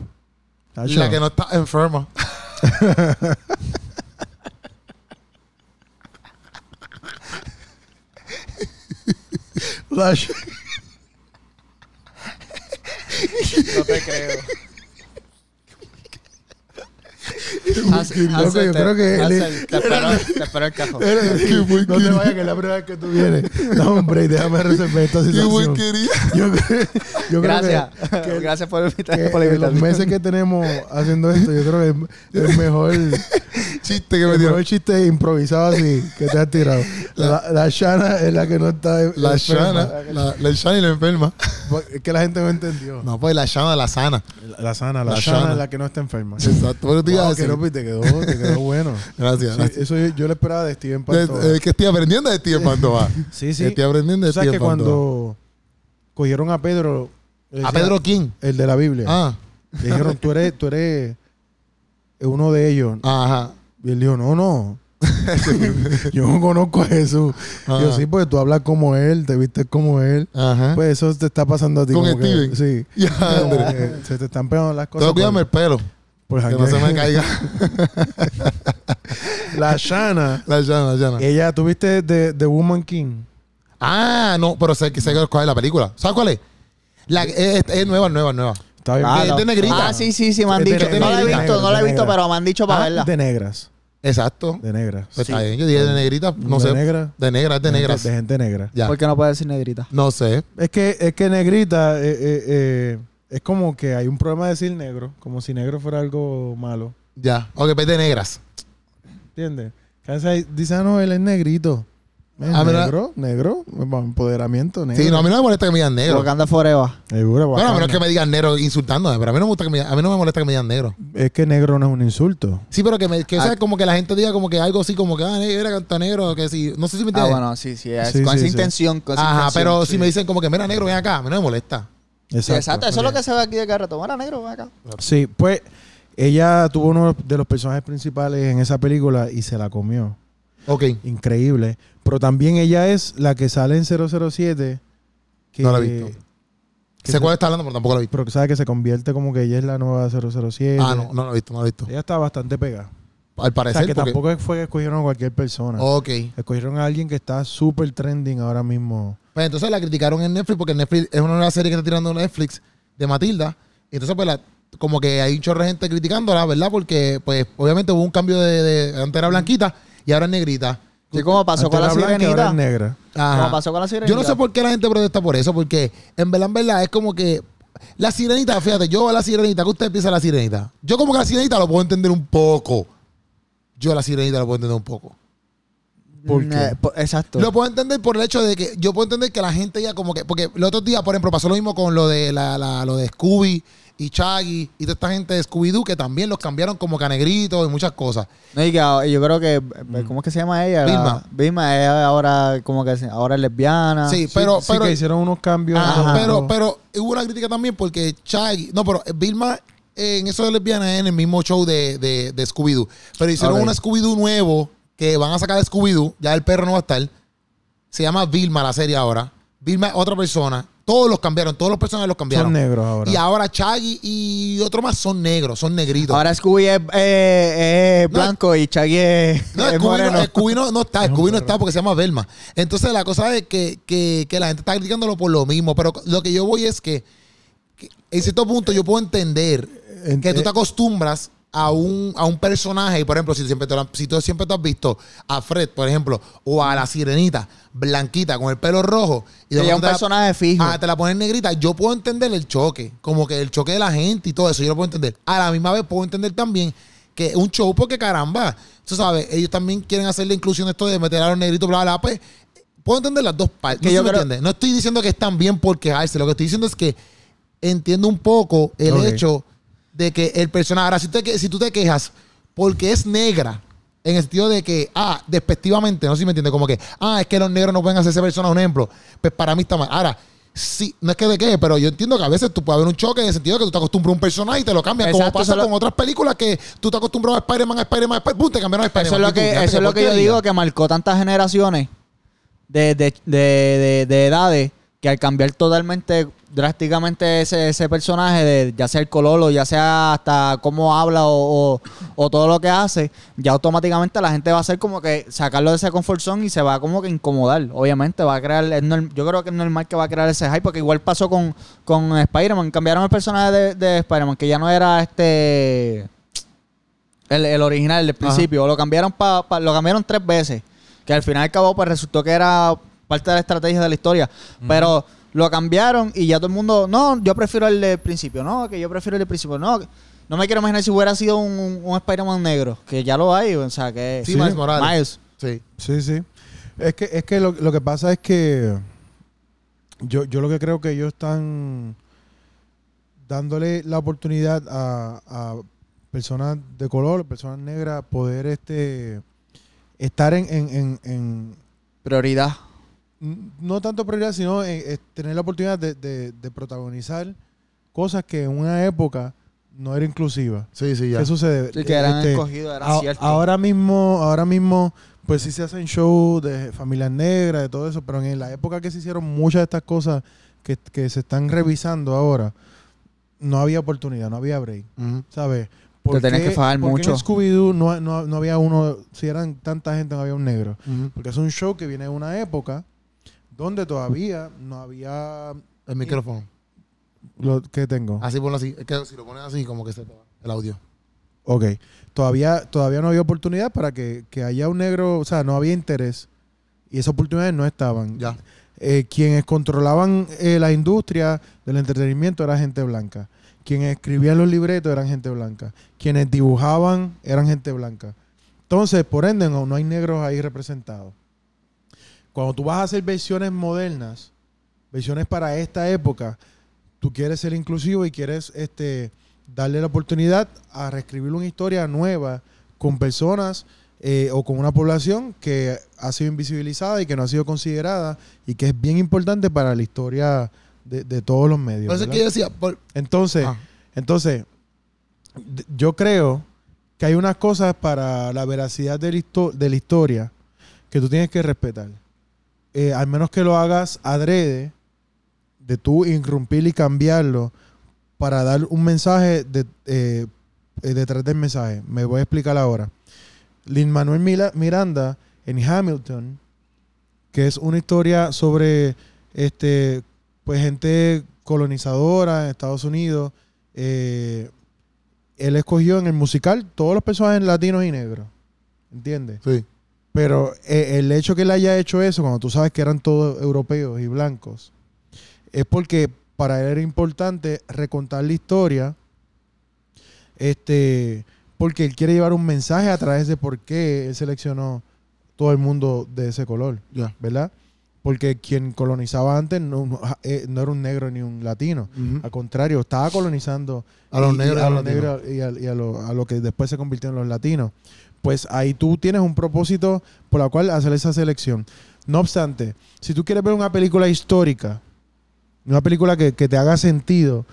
Speaker 3: La,
Speaker 2: La
Speaker 3: Shana.
Speaker 2: que no está enferma.
Speaker 3: La Sh-
Speaker 4: No te creo. Hansel, Hansel,
Speaker 3: yo
Speaker 4: te-
Speaker 3: creo que él
Speaker 4: Hansel,
Speaker 3: es-
Speaker 4: te espero, te espero el
Speaker 3: no
Speaker 4: cajón.
Speaker 3: te vayas, que es la primera vez que tú vienes. No, hombre, déjame resolver esta
Speaker 2: Qué
Speaker 3: situación.
Speaker 2: porquería.
Speaker 3: Yo, cre- yo creo
Speaker 4: Gracias.
Speaker 3: que- que,
Speaker 4: Gracias por, invitar,
Speaker 3: que
Speaker 4: por la
Speaker 3: en los
Speaker 4: invitación.
Speaker 3: meses que tenemos haciendo esto, yo creo que es el mejor, el
Speaker 2: Chiste que me tiró.
Speaker 3: mejor chiste improvisado así que te has tirado. La, la Shana es la que no está.
Speaker 2: La
Speaker 3: enferma.
Speaker 2: Shana. La, la Shana y la enferma.
Speaker 3: Es que la gente no entendió.
Speaker 2: No, pues la Shana, la sana.
Speaker 3: La, la sana, la,
Speaker 2: La
Speaker 3: sana,
Speaker 2: sana.
Speaker 3: es la que no está enferma.
Speaker 2: Exacto. Pero te iba a
Speaker 3: Wow,
Speaker 2: decir.
Speaker 3: Keropi, pues, te quedó, te quedó bueno.
Speaker 2: Gracias.
Speaker 3: Sí,
Speaker 2: gracias.
Speaker 3: eso yo, yo lo esperaba de Steven Pantoja.
Speaker 2: Es Pues, eh, que estoy aprendiendo de ti, Pandora.
Speaker 3: sí, sí.
Speaker 2: Estoy aprendiendo de
Speaker 3: Tú
Speaker 2: ti,
Speaker 3: sabes que
Speaker 2: Pandora.
Speaker 3: cuando cogieron a Pedro, le
Speaker 2: ¿A
Speaker 3: decía-
Speaker 2: Pedro quién?
Speaker 3: el de la Biblia,
Speaker 2: Ah.
Speaker 3: le dijeron, tú eres, tú eres uno de ellos.
Speaker 2: Ah. Ajá.
Speaker 3: Y él dijo, no, no. yo no conozco a Jesús.
Speaker 2: Ah.
Speaker 3: Yo sí, porque tú hablas como él, te vistes como él.
Speaker 2: Ajá.
Speaker 3: Pues eso te está pasando a ti.
Speaker 2: Con
Speaker 3: como que-
Speaker 2: Steven.
Speaker 3: sí.
Speaker 2: Ya,
Speaker 3: Como
Speaker 2: Andrés.
Speaker 3: que se te están pegando las cosas.
Speaker 2: Tengo que cuidarme el pelo.
Speaker 3: por
Speaker 2: Que no se me
Speaker 3: jangueo.
Speaker 2: caiga
Speaker 3: La Shana.
Speaker 2: la llana, la llana.
Speaker 3: Ella, ¿tuviste de, de Woman King?
Speaker 2: Ah, no, pero sé, que sé cuál es la película. ¿Sabes cuál es? La,
Speaker 3: Eh.
Speaker 2: es, es nueva, nueva, nueva.
Speaker 3: Está bien.
Speaker 2: Ah,
Speaker 3: Es
Speaker 2: no.
Speaker 3: de negrita.
Speaker 4: Ah, sí, sí, sí, me han
Speaker 3: Es de
Speaker 4: dicho.
Speaker 3: negra,
Speaker 4: No la he
Speaker 2: de
Speaker 4: visto,
Speaker 3: negra,
Speaker 4: no la he
Speaker 3: de
Speaker 4: visto,
Speaker 3: negra.
Speaker 4: pero me han dicho para
Speaker 3: Ah,
Speaker 4: verla.
Speaker 3: de negras.
Speaker 2: Exacto.
Speaker 3: De negras.
Speaker 2: Pues está bien, yo dije de negrita, no
Speaker 3: de
Speaker 2: sé.
Speaker 3: negra.
Speaker 2: De negra, es de negra.
Speaker 3: De gente negra.
Speaker 2: Ya.
Speaker 4: ¿Por qué no puede decir negrita?
Speaker 2: No sé.
Speaker 3: Es que, es que negrita eh, eh, eh, es como que hay un problema de decir negro, como si negro fuera algo malo.
Speaker 2: Ya. Ok, pues de negras.
Speaker 3: ¿Entiendes? Que a veces Dice, ah, no, él es negrito. Es
Speaker 2: Ah, mira.
Speaker 3: negro, negro, empoderamiento, negro.
Speaker 2: Sí, no, a mí no me molesta que me digan negro.
Speaker 4: Wakanda Forever. Ah,
Speaker 3: Seguro,
Speaker 2: Bueno, a
Speaker 3: bacán.
Speaker 2: menos que me digan negro insultándome, pero a mí no me gusta que me, a mí no me molesta que me digan negro.
Speaker 3: Es que negro no es un insulto.
Speaker 2: Sí, pero que, me, que o sea,
Speaker 4: Ah.
Speaker 2: como que la gente diga como que algo así como que ah, era canta negro, que sí, no sé si me
Speaker 4: Ah,
Speaker 2: entiendes.
Speaker 4: bueno, sí, sí, es-
Speaker 3: Sí,
Speaker 4: con
Speaker 3: sí,
Speaker 4: esa
Speaker 3: sí.
Speaker 4: intención. Con esa
Speaker 2: Ajá,
Speaker 4: intención,
Speaker 2: pero
Speaker 4: sí.
Speaker 2: si me dicen como que mira negro, ven acá, a mí no me molesta.
Speaker 4: Sí,
Speaker 3: Exacto.
Speaker 4: exacto, eso es lo que se ve aquí de carreto. Mira, negro, ven acá.
Speaker 3: Sí, pues ella tuvo uno de los personajes principales en esa película y se la comió.
Speaker 2: Ok.
Speaker 3: Increíble. Pero también ella es la que sale en 007. Que,
Speaker 2: No la he visto.
Speaker 3: que
Speaker 2: Sé
Speaker 3: se-
Speaker 2: cuál está hablando, pero tampoco lo he visto.
Speaker 3: Pero que sabe que se convierte como que ella es la nueva 007.
Speaker 2: Ah, no, no lo he visto, no lo he visto.
Speaker 3: Ella está bastante pegada.
Speaker 2: Al
Speaker 3: O
Speaker 2: parecer,
Speaker 3: sea, que
Speaker 2: porque... Oh.
Speaker 3: tampoco fue que escogieron a cualquier persona.
Speaker 2: Ok.
Speaker 3: Escogieron a alguien que está súper trending ahora mismo.
Speaker 2: Pues entonces la criticaron en Netflix porque Netflix es una nueva serie que está tirando Netflix de Matilda. Y entonces, pues, la- como que hay un chorro de gente criticándola, ¿verdad? Porque, pues, obviamente hubo un cambio de, de- Antes era blanquita y ahora es negrita.
Speaker 4: Sí, como pasó
Speaker 3: Antes
Speaker 4: con la
Speaker 3: era blanca, ahora es
Speaker 4: sirenita.
Speaker 3: negra.
Speaker 2: Ajá.
Speaker 4: Como pasó con la sirenita.
Speaker 2: Yo no sé por qué la gente protesta por eso, porque en verdad, en verdad, es como que la sirenita, fíjate, yo a la sirenita, que usted piensa de la sirenita? Yo como que la sirenita lo puedo entender un poco. Yo a la sirenita lo puedo entender un poco.
Speaker 3: ¿Por
Speaker 4: Mm,
Speaker 3: qué?
Speaker 4: eh, por- exacto.
Speaker 2: Lo puedo entender por el hecho de que yo puedo entender que la gente ya como que, porque los otros días, por ejemplo, pasó lo mismo con lo de la, la- lo de Scooby y Chaggy y toda esta gente de Scooby-Doo que también los cambiaron como canegritos y muchas cosas.
Speaker 4: No, y que ahora- yo creo que, eh, ¿cómo es que se llama ella? La-
Speaker 2: Mm. Vilma.
Speaker 4: Vilma, ella ahora, como que se- ahora es lesbiana.
Speaker 2: sí, pero,
Speaker 3: sí
Speaker 2: pero,
Speaker 3: que hicieron unos cambios.
Speaker 2: Ajá,
Speaker 3: Ajá.
Speaker 2: pero, pero hubo una crítica también porque Chaggy, no, pero Vilma eh, en eso de lesbiana es en el mismo show de, de, de Scooby-Doo. Pero hicieron
Speaker 4: Ok.
Speaker 2: un Scooby-Doo nuevo que van a sacar de Scooby-Doo, ya el perro no va a estar. Se llama Vilma la serie ahora. Vilma es otra persona. Todos los cambiaron, todos los personajes los cambiaron.
Speaker 3: son negros ahora.
Speaker 2: Y ahora Chaggy y otro más son negros, son negritos.
Speaker 4: Ahora Scooby es, eh, es
Speaker 2: No,
Speaker 4: blanco y Chaggy es,
Speaker 2: No,
Speaker 4: es
Speaker 2: Scooby
Speaker 4: moreno.
Speaker 2: no, Scooby no, no está,
Speaker 3: Es un
Speaker 2: Scooby no
Speaker 3: perro.
Speaker 2: está porque se llama Velma. Entonces la cosa es que, que- que la gente está criticándolo por lo mismo, pero lo que yo voy es que, que en cierto punto yo puedo entender
Speaker 3: En-
Speaker 2: que tú te
Speaker 3: eh,
Speaker 2: acostumbras a un, a un personaje, y por ejemplo, si tú siempre te lo han- si tú siempre te has visto a Fred, por ejemplo, o a la sirenita blanquita con el pelo rojo, y de
Speaker 4: Ella es un
Speaker 2: momento te la-
Speaker 4: personaje fijo.
Speaker 2: Ah, te la ponen negrita. Yo puedo entender el choque. Como que el choque de la gente y todo eso. Yo lo puedo entender. A la misma vez puedo entender también que es un show porque caramba. Tú sabes, ellos también quieren hacer la inclusión de esto de meter a los negritos, bla, bla, bla. Pues, puedo entender las dos partes.
Speaker 4: Que
Speaker 2: No, sé
Speaker 4: yo
Speaker 2: si me
Speaker 4: creo-
Speaker 2: entiendes. no estoy diciendo que están bien por quejarse. Lo que estoy diciendo es que entiendo un poco el
Speaker 3: Ok.
Speaker 2: hecho de que el personaje. Ahora, si, usted que- si tú te quejas porque es negra. En el sentido de que, ah, despectivamente, no sé si me entiende, como que, ah, es que los negros no pueden hacerse personas, un ejemplo. Pues para mí está mal. Ahora, sí, no es que de queje, pero yo entiendo que a veces tú puede haber un choque en el sentido de que tú te acostumbras a un personaje y te lo cambias, como
Speaker 4: Exacto,
Speaker 2: pasa
Speaker 4: eso lo-
Speaker 2: con otras películas que tú te acostumbras a Spider-Man, a Spider-Man, a Spider-Man, ¡pum! te cambiaron a Spider-Man.
Speaker 4: Eso es lo
Speaker 2: Y tú,
Speaker 4: que,
Speaker 2: fíjate
Speaker 4: eso es lo que yo
Speaker 2: porquería.
Speaker 4: digo que marcó tantas generaciones de, de, de, de- de edades que al cambiar totalmente, drásticamente ese, ese personaje, de, ya sea el color o ya sea hasta cómo habla o, o- o todo lo que hace, ya automáticamente la gente va a hacer como que sacarlo de ese confort zone y se va como que incomodar. Obviamente va a crear, es norm- yo creo que es normal que va a crear ese hype porque igual pasó con, con Spider-Man. Cambiaron el personaje de, de Spider-Man que ya no era este... El, el original, el del principio. Lo cambiaron pa, pa- lo cambiaron tres veces. Que al final y al cabo, pues resultó que era parte de la estrategia de la historia. Pero lo cambiaron y ya todo el mundo. No, yo prefiero el del principio. No, que yo prefiero el del principio. No, que- no me quiero imaginar si hubiera sido un, un- un Spider-Man negro. Que ya lo hay. O sea, que.
Speaker 2: Sí, Miles Morales.
Speaker 4: Miles.
Speaker 2: Sí.
Speaker 3: Sí, sí. Es que, es que lo, lo que pasa es que yo, yo lo que creo que ellos están dándole la oportunidad a, a personas de color, personas negras, poder este estar en, en- en- en-
Speaker 4: Prioridad.
Speaker 3: n- no tanto prioridad, sino en- en tener la oportunidad de, de- de protagonizar cosas que en una época no era inclusiva.
Speaker 2: Sí, sí, ya.
Speaker 3: ¿Qué sucede?
Speaker 4: Sí, que eran
Speaker 3: Este,
Speaker 4: escogidos, era
Speaker 3: a-
Speaker 4: cierto.
Speaker 3: Ahora mismo, ahora mismo, pues sí se hacen shows de familias negras, de todo eso, pero en la época que se hicieron muchas de estas cosas que, que se están revisando ahora, no había oportunidad, no había break,
Speaker 2: Ujú.
Speaker 3: ¿sabes?
Speaker 4: Te tenías que fajar
Speaker 3: por qué en
Speaker 4: mucho.
Speaker 3: Scooby-Doo no, no- no había uno, si eran tanta gente, no había un negro.
Speaker 2: Ujú.
Speaker 3: Porque es un show que viene de una época donde todavía no había
Speaker 2: El micrófono.
Speaker 3: lo que
Speaker 4: Ah,
Speaker 3: tengo.
Speaker 2: Así ponlo así. Es que si lo pones así, como que se te va el audio.
Speaker 3: Ok. Todavía, todavía no había oportunidad para que, que haya un negro, o sea, no había interés. Y esas oportunidades no estaban.
Speaker 2: Ya.
Speaker 3: Eh, quienes controlaban eh, la industria del entretenimiento era gente blanca. Quienes escribían los libretos eran gente blanca. Quienes dibujaban eran gente blanca. Entonces, por ende, no, no hay negros ahí representados. Cuando tú vas a hacer versiones modernas, versiones para esta época, tú quieres ser inclusivo y quieres este, darle la oportunidad a reescribir una historia nueva con personas eh, o con una población que ha sido invisibilizada y que no ha sido considerada y que es bien importante para la historia de, de todos los medios.
Speaker 2: Por eso es
Speaker 3: ¿verdad?
Speaker 2: que yo decía. por-
Speaker 3: Entonces,
Speaker 2: Ah.
Speaker 3: entonces, d- yo creo que hay unas cosas para la veracidad de la, histo- de la historia que tú tienes que respetar. Eh, al menos que lo hagas adrede, de tú irrumpir y cambiarlo para dar un mensaje de, eh, eh, detrás del mensaje. Me voy a explicar ahora. Lin Manuel Miranda en Hamilton, que es una historia sobre este, pues gente colonizadora en Estados Unidos. eh, él escogió en el musical todos los personajes latinos y negros. ¿Entiendes?
Speaker 2: Sí.
Speaker 3: Pero eh, el hecho que él haya hecho eso, cuando tú sabes que eran todos europeos y blancos, es porque para él era importante recontar la historia. Este, porque él quiere llevar un mensaje a través de por qué él seleccionó todo el mundo de ese color.
Speaker 2: Ya.
Speaker 3: ¿verdad? Porque quien colonizaba antes no, no- ja- eh, no era un negro ni un latino.
Speaker 2: Ujú.
Speaker 3: Al contrario, estaba colonizando
Speaker 2: A los
Speaker 3: y- y
Speaker 2: negros y
Speaker 3: a
Speaker 2: a
Speaker 3: los
Speaker 2: los latinos.
Speaker 3: negros y, a, y a lo, a lo que después se convirtieron los latinos. Pues ahí tú tienes un propósito por la cual hacer esa selección. No obstante, si tú quieres ver una película histórica, una película que, que te haga sentido,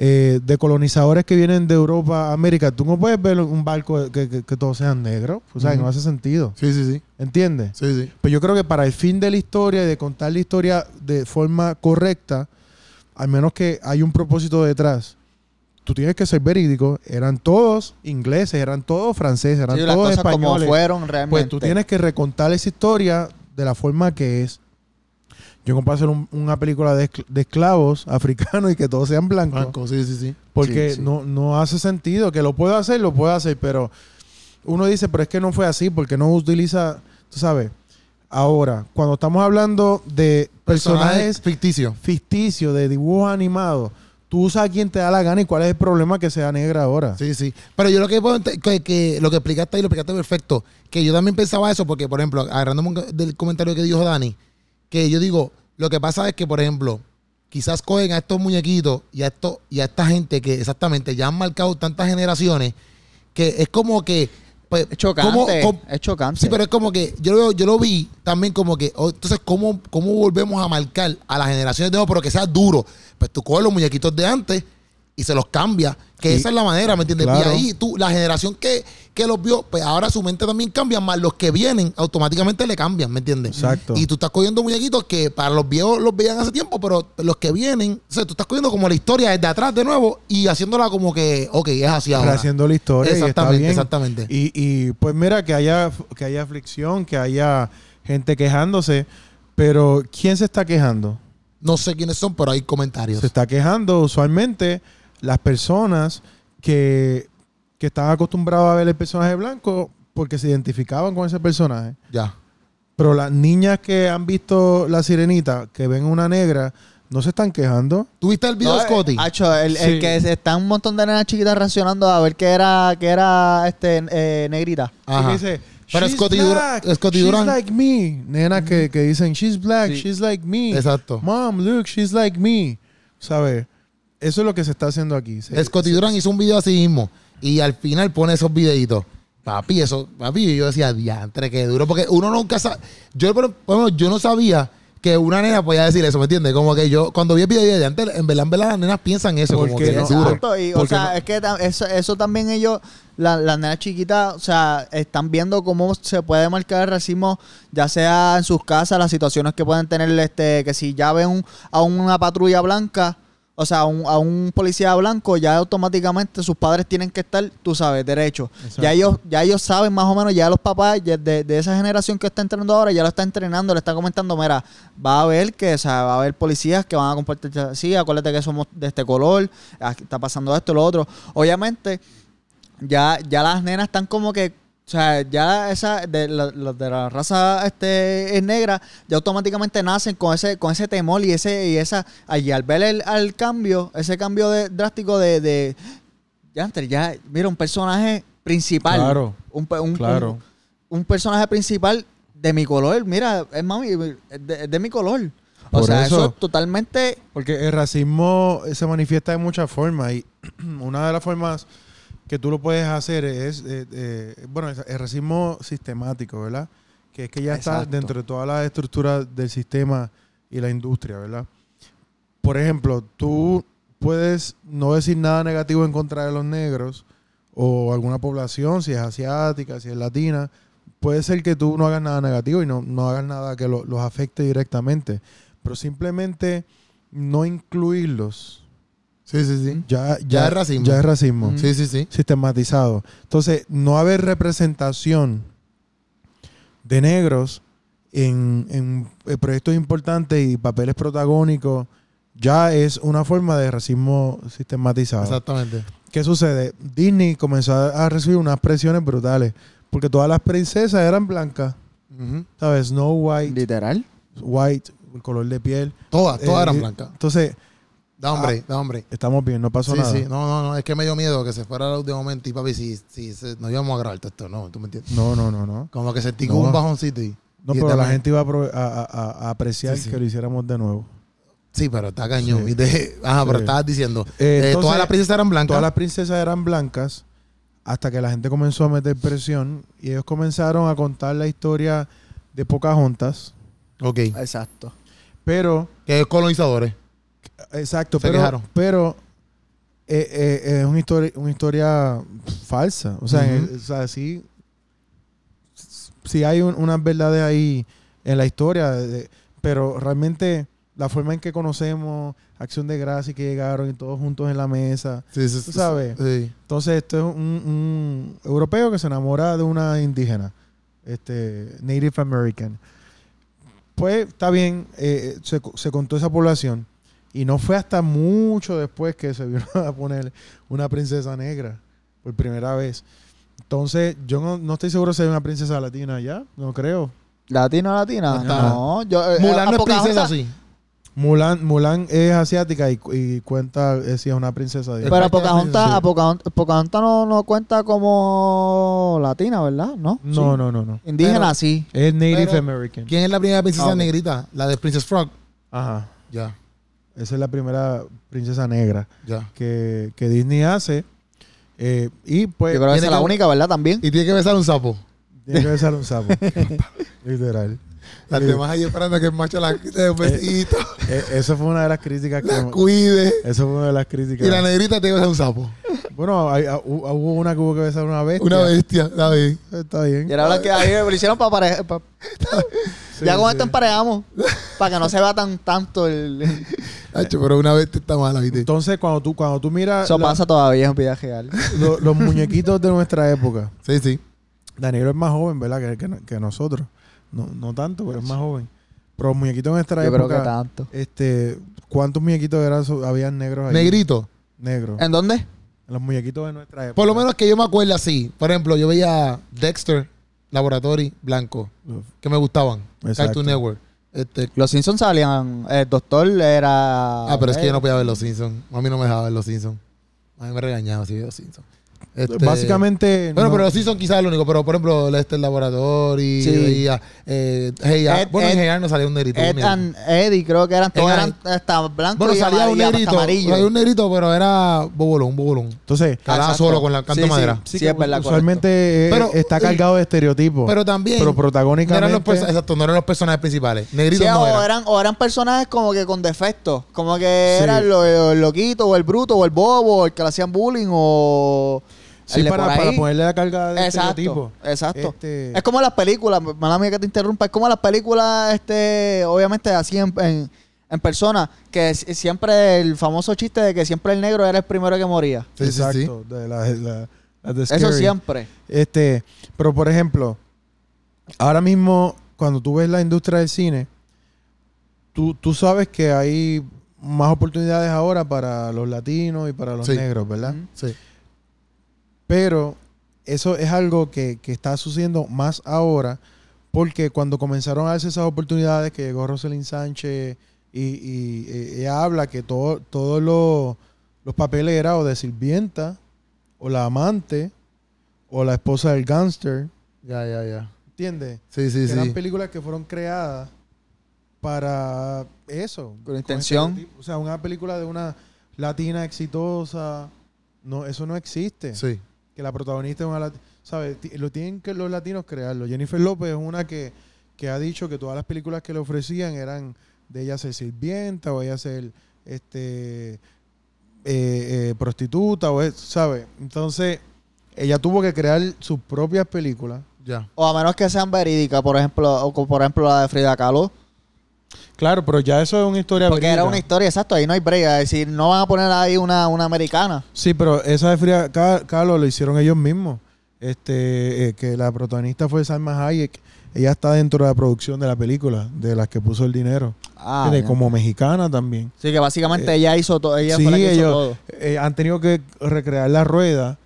Speaker 3: eh, de colonizadores que vienen de Europa a América, tú no puedes ver un barco que, que- que todos sean negros. O sea,
Speaker 2: Ujú.
Speaker 3: no hace sentido.
Speaker 2: Sí, sí, sí.
Speaker 3: ¿Entiendes?
Speaker 2: Sí, sí.
Speaker 3: Pues yo creo que para el fin de la historia y de contar la historia de forma correcta, al menos que hay un propósito detrás, tú tienes que ser verídico. Eran todos ingleses, eran todos franceses, eran
Speaker 4: Sí, las
Speaker 3: todos
Speaker 4: cosas como
Speaker 3: españoles.
Speaker 4: fueron realmente.
Speaker 3: Pues tú tienes que recontar esa historia de la forma que es. Yo compré hacer un- una película de, escl- de esclavos africanos y que todos sean blancos.
Speaker 2: Franco, sí, sí, sí.
Speaker 3: Porque
Speaker 4: Sí, sí.
Speaker 3: No, no hace sentido. Que lo puedo hacer, lo puedo hacer, pero uno dice, pero es que no fue así, porque no utiliza, tú sabes. Ahora, cuando estamos hablando de personajes
Speaker 2: ficticios.
Speaker 3: ficticios, de dibujos animados, tú usas a quien te da la gana y cuál es el problema que sea negra ahora.
Speaker 2: Sí, sí. Pero yo lo que, puedo ente- que, que lo que explicaste ahí, lo explicaste perfecto. Que yo también pensaba eso, porque, por ejemplo, agarrándome un co- del comentario que dijo Dani, que yo digo, lo que pasa es que, por ejemplo, quizás cogen a estos muñequitos y a, esto, y a esta gente que exactamente ya han marcado tantas generaciones, que es como que. pues,
Speaker 4: Es chocante.
Speaker 2: ¿cómo- cómo-
Speaker 4: es chocante.
Speaker 2: Sí, pero es como que yo lo, yo lo vi también como que, oh, entonces, ¿cómo, ¿cómo volvemos a marcar a las generaciones de hoy, pero que sea duro? Pues tú coges los muñequitos de antes y se los cambia, que
Speaker 3: Y-
Speaker 2: esa es la manera, ¿me entiendes?
Speaker 3: Claro.
Speaker 2: Y ahí tú, la generación que, que los vio, pues ahora su mente también cambia, más los que vienen automáticamente le cambian, ¿me entiendes?
Speaker 3: Exacto.
Speaker 2: Y tú estás cogiendo muñequitos que para los viejos los veían hace tiempo, pero los que vienen, o sea, tú estás cogiendo como la historia desde atrás de nuevo y haciéndola como que, ok, es así ahora.
Speaker 3: Rehaciendo la historia.
Speaker 2: Exactamente,
Speaker 3: y está bien.
Speaker 2: exactamente.
Speaker 3: Y, y, pues mira, que haya, que haya aflicción, que haya gente quejándose, pero ¿quién se está quejando?
Speaker 2: No sé quiénes son, pero hay comentarios.
Speaker 3: Se está quejando usualmente las personas que, que estaban acostumbradas a ver el personaje blanco porque se identificaban con ese personaje.
Speaker 2: Ya.
Speaker 3: Pero las niñas que han visto La Sirenita, que ven una negra, no se están quejando.
Speaker 2: ¿Tuviste el video
Speaker 4: No,
Speaker 2: de Scotty?
Speaker 4: eh, Hacho, el, el
Speaker 5: Sí.
Speaker 4: que se- está un montón de nenas chiquitas reaccionando a ver qué era, qué era este eh, negrita.
Speaker 2: Ajá.
Speaker 3: Y dice,
Speaker 2: Pero
Speaker 3: "She's
Speaker 2: Scotty Dura-
Speaker 3: black,
Speaker 2: Scotty
Speaker 3: she's
Speaker 2: Durán".
Speaker 3: like me. Nenas que, que dicen, she's black,
Speaker 5: Sí.
Speaker 3: she's like me.
Speaker 2: Exacto.
Speaker 3: Mom, look, she's like me. ¿Sabes? Eso es lo que se está haciendo aquí. Se-
Speaker 2: Scotty Durán hizo un video así mismo y al final pone esos videitos. Papi, eso, papi, yo decía, diantre, qué duro, porque uno nunca sabe. Yo, por- por ejemplo, yo no sabía que una nena podía decir eso, ¿me entiendes? Como que yo, cuando vi el video de antes, en verdad, en verdad, las nenas piensan eso. Como
Speaker 3: Porque
Speaker 2: que
Speaker 3: no-
Speaker 2: es duro.
Speaker 4: Exacto, y, o
Speaker 3: Porque
Speaker 4: sea,
Speaker 3: no-
Speaker 4: es que ta- eso, eso también ellos, la- las nenas chiquitas, o sea, están viendo cómo se puede marcar el racismo, ya sea en sus casas, las situaciones que pueden tener, este, que si ya ven un- a una patrulla blanca, o sea, a un, a un policía blanco, ya automáticamente sus padres tienen que estar, tú sabes, derecho. Ya ellos, ya ellos saben más o menos, ya los papás ya de, de esa generación que está entrenando ahora, ya lo está entrenando, le está comentando, mira, va a haber que, o sea, va a haber policías que van a comportarse así, acuérdate que somos de este color, aquí está pasando esto, lo otro. Obviamente, ya, ya las nenas están como que, o sea, ya esa, de la, la- de la raza este, es negra, ya automáticamente nacen con ese, con ese temor y ese, y esa, y al ver el al cambio, ese cambio de, drástico de, de ya antes, ya, mira, un personaje principal.
Speaker 5: Claro,
Speaker 4: Un, pe- un-
Speaker 5: claro.
Speaker 4: Un, un personaje principal de mi color, mira, es mami, es de, es de mi color. O
Speaker 3: Por
Speaker 4: sea, eso
Speaker 3: eso-
Speaker 4: es totalmente
Speaker 3: Porque el racismo se manifiesta de muchas formas y una de las formas que tú lo puedes hacer es, eh, eh, bueno, es- el racismo sistemático, ¿verdad? Que es que ya
Speaker 4: Exacto.
Speaker 3: está dentro de todas las estructuras del sistema y la industria, ¿verdad? Por ejemplo, tú puedes no decir nada negativo en contra de los negros o alguna población, si es asiática, si es latina. Puede ser que tú no hagas nada negativo y no, no hagas nada que lo- los afecte directamente. Pero simplemente no incluirlos
Speaker 2: Sí, sí, sí.
Speaker 3: ya, ya,
Speaker 2: Ya es racismo.
Speaker 3: ya es racismo
Speaker 2: Sí, sí, sí.
Speaker 3: sistematizado. Entonces, no haber representación de negros en, en, eh, proyectos importantes y papeles protagónicos ya es una forma de racismo sistematizado.
Speaker 2: Exactamente.
Speaker 3: ¿Qué sucede? Disney comenzó a a recibir unas presiones brutales porque todas las princesas eran blancas.
Speaker 2: Ujú.
Speaker 3: ¿Sabes? Snow White,
Speaker 4: literal.
Speaker 3: White, el color de piel.
Speaker 2: Todas, todas
Speaker 3: Eh,
Speaker 2: eran
Speaker 3: eh,
Speaker 2: blancas.
Speaker 3: Entonces,
Speaker 2: Da hombre, da hombre.
Speaker 3: estamos bien, no pasó
Speaker 2: ah, Sí,
Speaker 3: nada.
Speaker 2: sí, no, no, no, es que me dio miedo que se fuera la luz de momento y papi, si, si se- nos íbamos a grabar todo esto, no, tú me entiendes.
Speaker 3: No, no, no, no.
Speaker 2: Como que sentí
Speaker 3: No.
Speaker 2: como un bajoncito y.
Speaker 3: No,
Speaker 2: y
Speaker 3: pero la
Speaker 2: también-
Speaker 3: gente iba a, pro- a- a- a apreciar
Speaker 2: Sí, sí.
Speaker 3: que lo hiciéramos de nuevo.
Speaker 2: Sí, pero está cañón.
Speaker 3: Sí.
Speaker 2: ¿viste? Ajá, pero
Speaker 3: Sí.
Speaker 2: estabas diciendo.
Speaker 3: Eh,
Speaker 2: eh,
Speaker 3: entonces,
Speaker 2: todas las princesas eran blancas.
Speaker 3: Todas las princesas eran blancas hasta que la gente comenzó a meter presión y ellos comenzaron a contar la historia de Pocahontas.
Speaker 2: Ok.
Speaker 4: Exacto.
Speaker 3: Pero,
Speaker 2: Que es colonizadores.
Speaker 3: exacto,
Speaker 2: Se
Speaker 3: pero,
Speaker 2: quejaron.
Speaker 3: pero eh, eh, eh, es una historia, una historia falsa. O sea,
Speaker 2: Ujú.
Speaker 3: eh, o sea, sí, sí hay un- unas verdades ahí en la historia, de- de- pero realmente la forma en que conocemos Acción de Gracia y que llegaron y todos juntos en la mesa.
Speaker 2: Sí, sí,
Speaker 3: Tú sabes.
Speaker 2: Sí.
Speaker 3: Entonces, esto es un, un europeo que se enamora de una indígena, este, Native American. Pues está bien, eh, eh, se, co- se contó esa población. Y no fue hasta mucho después que se vino a poner una princesa negra por primera vez. Entonces, yo no, no estoy seguro si hay una princesa latina allá, no creo.
Speaker 4: Latino, latina.
Speaker 2: está.
Speaker 4: No, yo. eh,
Speaker 2: Mulan
Speaker 4: a- a
Speaker 2: no es
Speaker 4: Pocahontas-
Speaker 2: princesa, sí.
Speaker 3: Mulan, Mulan es asiática y, cu- y cuenta eh, si es una princesa. de-
Speaker 2: Es
Speaker 4: Pero a
Speaker 2: parte de la
Speaker 4: Pocahontas,
Speaker 2: princesa.
Speaker 4: a Pocahontas, Pocahontas no, no cuenta como latina, ¿verdad? No.
Speaker 3: no, no, no, no.
Speaker 4: Indígena,
Speaker 2: Pero-
Speaker 4: sí.
Speaker 3: Es Native
Speaker 2: Pero-
Speaker 3: American.
Speaker 2: ¿Quién es la primera princesa
Speaker 4: Ah, ok.
Speaker 2: negrita? La de Princess Frog.
Speaker 3: Ajá.
Speaker 2: Ya,
Speaker 3: Esa es la primera princesa negra.
Speaker 2: ya.
Speaker 3: que, que Disney hace. eh, y pues
Speaker 4: Yo creo que
Speaker 2: tiene
Speaker 4: esa es la
Speaker 2: que-
Speaker 4: única, ¿verdad? También.
Speaker 2: Y tiene que besar un sapo.
Speaker 3: tiene que besar un sapo. Literal.
Speaker 2: Las
Speaker 3: Sí.
Speaker 2: demás ahí esperando que el macho la quite de un besito,
Speaker 3: Eh, eso fue una de las críticas que.
Speaker 2: la cuide.
Speaker 3: Eso fue una de las
Speaker 2: Y la
Speaker 3: críticas.
Speaker 2: negrita tiene que besar un sapo.
Speaker 3: Bueno, hay- hu- hubo una que hubo que besar una vez.
Speaker 2: Una bestia, la vi.
Speaker 3: Está bien.
Speaker 4: Y era la que ahí lo hicieron para pareja. pa-
Speaker 3: Sí,
Speaker 4: ya con
Speaker 3: sí.
Speaker 4: esto emparejamos. Para que no se vea tan tanto el.
Speaker 2: Hacho, pero una bestia está mala, ¿viste?
Speaker 3: Entonces, cuando tú, cuando tú miras
Speaker 4: Eso
Speaker 3: la-
Speaker 4: pasa todavía en vida real.
Speaker 2: Pues,
Speaker 3: lo- los muñequitos de nuestra época,
Speaker 2: Sí, sí.
Speaker 3: Danilo es más joven, ¿verdad? Que, que- que nosotros. No, no tanto, pero es más joven. Pero los muñequitos de nuestra
Speaker 4: Yo creo que
Speaker 3: época.
Speaker 4: tanto.
Speaker 3: este, ¿Cuántos muñequitos eran, so- habían negros ahí?
Speaker 2: Negrito.
Speaker 3: Negros.
Speaker 4: ¿En dónde?
Speaker 3: Los muñequitos de nuestra época.
Speaker 2: Por lo menos que yo me acuerdo así. Por ejemplo, yo veía Dexter, Laboratory, Blanco, que me gustaban.
Speaker 3: Exacto.
Speaker 2: Cartoon Network. Este,
Speaker 4: Los Simpsons salían. El doctor era.
Speaker 2: ah, pero es que yo no
Speaker 4: Bueno,
Speaker 2: podía ver Los Simpsons. Mami no me dejaba ver Los Simpsons. A mí me regañaba si veía Los Simpsons. Este,
Speaker 3: Básicamente.
Speaker 2: Bueno,
Speaker 3: no-
Speaker 2: pero sí son quizás lo único, pero por ejemplo, este el laboratorio,
Speaker 4: Sí.
Speaker 2: y, eh, Hey Ya.
Speaker 4: Ed-
Speaker 2: bueno, en
Speaker 4: Ed-
Speaker 2: Hey Ya no salía un negrito. un
Speaker 4: Ed
Speaker 2: negrito.
Speaker 4: and Eddie, creo que eran todos
Speaker 2: En
Speaker 4: eran hasta blanco
Speaker 2: Bueno,
Speaker 4: y
Speaker 2: salía un
Speaker 4: amarillo, hasta
Speaker 2: negrito,
Speaker 4: amarillo.
Speaker 2: salía un negrito, pero era bobolón, bobolón.
Speaker 3: Entonces,
Speaker 2: Cada
Speaker 4: Exacto.
Speaker 2: solo con la canta
Speaker 4: Sí,
Speaker 2: de
Speaker 4: sí,
Speaker 2: madera.
Speaker 4: Sí,
Speaker 5: que
Speaker 4: es verdad. correcto.
Speaker 3: usualmente eh,
Speaker 2: Pero-
Speaker 3: está cargado de estereotipos.
Speaker 2: Pero también. no eran
Speaker 3: Pero
Speaker 2: los
Speaker 3: protagónicamente.
Speaker 2: perso- exacto, no eran los personajes principales.
Speaker 4: Sí,
Speaker 2: Negrito no
Speaker 4: o,
Speaker 2: era.
Speaker 4: eran, o eran personajes como que con defectos. Como que
Speaker 3: Sí.
Speaker 4: eran lo- lo- el loquito, o el bruto, o el bobo, o el que le hacían bullying, o.
Speaker 3: sí,
Speaker 4: el de
Speaker 3: para,
Speaker 4: por ahí.
Speaker 3: para ponerle la carga de
Speaker 4: Exacto,
Speaker 3: estereotipos.
Speaker 4: exacto.
Speaker 3: Este-
Speaker 4: Es como las películas, mala mía que te interrumpa, es como las películas, este, obviamente así en, en, en persona, que si- siempre el famoso chiste de que siempre el negro era el primero que moría.
Speaker 2: Sí, sí, sí.
Speaker 3: Exacto, de la- la- la de
Speaker 4: Eso
Speaker 3: Scary.
Speaker 4: siempre.
Speaker 3: Este, pero por ejemplo, ahora mismo, cuando tú ves la industria del cine, tú, tú sabes que hay más oportunidades ahora para los latinos y para los
Speaker 2: Sí.
Speaker 3: negros, ¿verdad?
Speaker 4: Ujú.
Speaker 2: Sí.
Speaker 3: Pero eso es algo que, que está sucediendo más ahora, porque cuando comenzaron a darse esas oportunidades, que llegó Rosalind Sánchez y, y- y ella habla que todo- todos los, los papeles era o de sirvienta, o la amante, o la esposa del gángster,
Speaker 2: Ya, ya, ya.
Speaker 3: ¿entiendes?
Speaker 2: Sí, sí,
Speaker 3: Que eran
Speaker 2: sí.
Speaker 3: películas que fueron creadas para eso.
Speaker 4: Con intención.
Speaker 3: estereotipos. O sea, una película de una latina exitosa, no, eso no existe
Speaker 2: Sí.
Speaker 3: que la protagonista es una latina. ¿Sabes? Ti- Lo tienen que los latinos crearlo. Jennifer López es una que, que ha dicho que todas las películas que le ofrecían eran de ella ser sirvienta o ella ser este, eh, eh, prostituta, o es- ¿sabes? Entonces, ella tuvo que crear sus propias películas.
Speaker 2: Ya.
Speaker 4: O a menos que sean verídicas, por ejemplo, o co- por ejemplo la de Frida Kahlo.
Speaker 3: Claro, pero ya eso es una historia
Speaker 4: Porque era una historia, exacto, ahí no hay brega. Es decir, no van a poner ahí una, una americana.
Speaker 3: Sí, pero esa de Frida Ka- Kahlo lo hicieron ellos mismos. Este, eh, que la protagonista fue Salma Hayek. Ella está dentro de la producción de la película, de las que puso el dinero.
Speaker 4: Ah,
Speaker 3: Tiene
Speaker 4: ya.
Speaker 3: como mexicana también.
Speaker 4: Sí, que básicamente ella hizo todo, ella
Speaker 3: Eh, sí,
Speaker 4: fue la que hizo
Speaker 3: ellos
Speaker 4: todo.
Speaker 3: eh, han tenido que recrear la rueda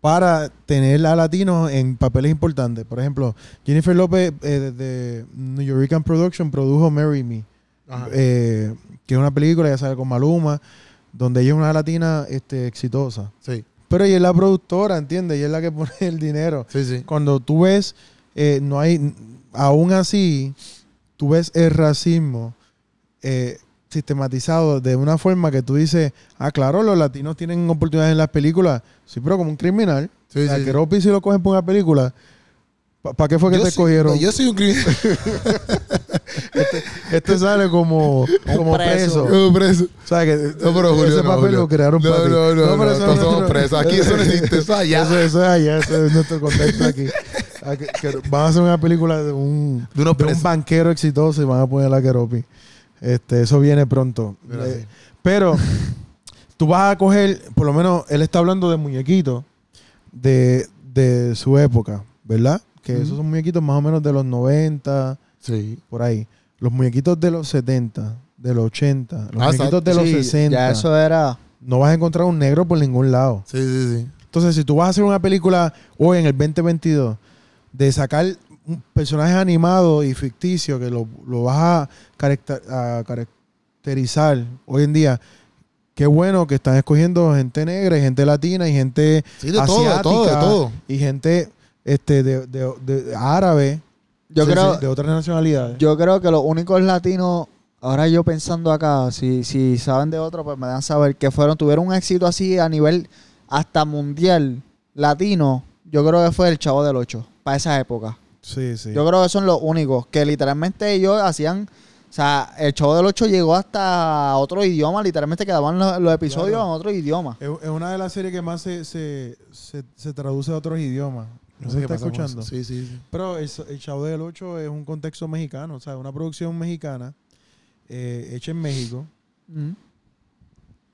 Speaker 3: para tener a latinos en papeles importantes. Por ejemplo, Jennifer López eh, de New York Production produjo Marry Me,
Speaker 2: Ajá.
Speaker 3: eh, que es una película, ya sabe, con Maluma, donde ella es una latina este, exitosa.
Speaker 2: Sí.
Speaker 3: Pero ella es la productora, ¿entiendes? Ella es la que pone el dinero
Speaker 2: Sí, sí.
Speaker 3: cuando tú ves, eh, no hay, aún así, tú ves el racismo eh, sistematizado de una forma que tú dices, ah, claro, los latinos tienen oportunidades en las películas, sí, pero como un criminal.
Speaker 2: Sí,
Speaker 3: o sea,
Speaker 2: sí,
Speaker 3: que
Speaker 2: sí.
Speaker 3: Ropi si lo cogen por una película, ¿para qué fue que
Speaker 2: Yo
Speaker 3: te
Speaker 2: soy-
Speaker 3: cogieron?
Speaker 2: no, Yo soy un criminal.
Speaker 3: Este sale como, como preso.
Speaker 2: Yo soy preso.
Speaker 3: O sea, que
Speaker 2: No, pero Julio,
Speaker 3: ese
Speaker 2: no,
Speaker 3: papel
Speaker 2: Julio.
Speaker 3: lo crearon
Speaker 2: No,
Speaker 3: para ti.
Speaker 2: no, no, no,
Speaker 3: pero eso
Speaker 2: todos
Speaker 3: es
Speaker 2: somos
Speaker 3: nuestro-
Speaker 2: presos. Aquí eso no existe, eso es allá.
Speaker 3: Eso, eso es allá, eso es nuestro contexto aquí. Aquí- que van a hacer una película de un,
Speaker 2: De unos
Speaker 3: de
Speaker 2: presos.
Speaker 3: un banquero exitoso y van a poner a Keropi. Este, eso viene pronto.
Speaker 2: Mira,
Speaker 3: Eh,
Speaker 2: sí.
Speaker 3: pero tú vas a coger, por lo menos él está hablando de muñequitos de, de su época, ¿verdad? Que esos son muñequitos más o menos de los 90,
Speaker 2: Sí.
Speaker 3: por ahí. Los muñequitos de los 70, de los 80, los
Speaker 2: Ah,
Speaker 3: muñequitos de los
Speaker 4: Sí,
Speaker 3: 60.
Speaker 4: Ya eso era.
Speaker 3: No vas a encontrar un negro por ningún lado.
Speaker 2: Sí, sí, sí.
Speaker 3: Entonces, si tú vas a hacer una película hoy en el 2022 de sacar un- personajes animados y ficticios que lo, lo vas a, caracter- a caracterizar hoy en día, qué bueno que están escogiendo gente negra y gente latina y gente
Speaker 2: Sí, de todo, de
Speaker 3: asiática
Speaker 2: todo, de todo.
Speaker 3: y gente este, de, de- de árabe,
Speaker 4: Yo
Speaker 3: sí,
Speaker 4: creo,
Speaker 3: sí, de otras nacionalidades.
Speaker 4: yo creo que los únicos latinos, ahora yo pensando acá, si, si saben de otro, pues me dan saber que fueron, tuvieron un éxito así a nivel hasta mundial latino. Yo creo que fue el Chavo del Ocho, para esa época.
Speaker 3: sí, sí.
Speaker 4: Yo creo que son los únicos, que literalmente ellos hacían, o sea, el Chavo del Ocho llegó hasta otro idioma, literalmente quedaban los, los episodios
Speaker 3: Claro.
Speaker 4: en otro idioma.
Speaker 3: es, es una de las series que más se, se, se- se traduce a otros idiomas. No sé
Speaker 2: qué
Speaker 3: si está
Speaker 2: pasa con eso.
Speaker 3: escuchando.
Speaker 2: Sí, sí, sí.
Speaker 3: Pero el, el Chavo del 8 es un contexto mexicano, o sea, una producción mexicana eh, hecha en México
Speaker 4: Mm.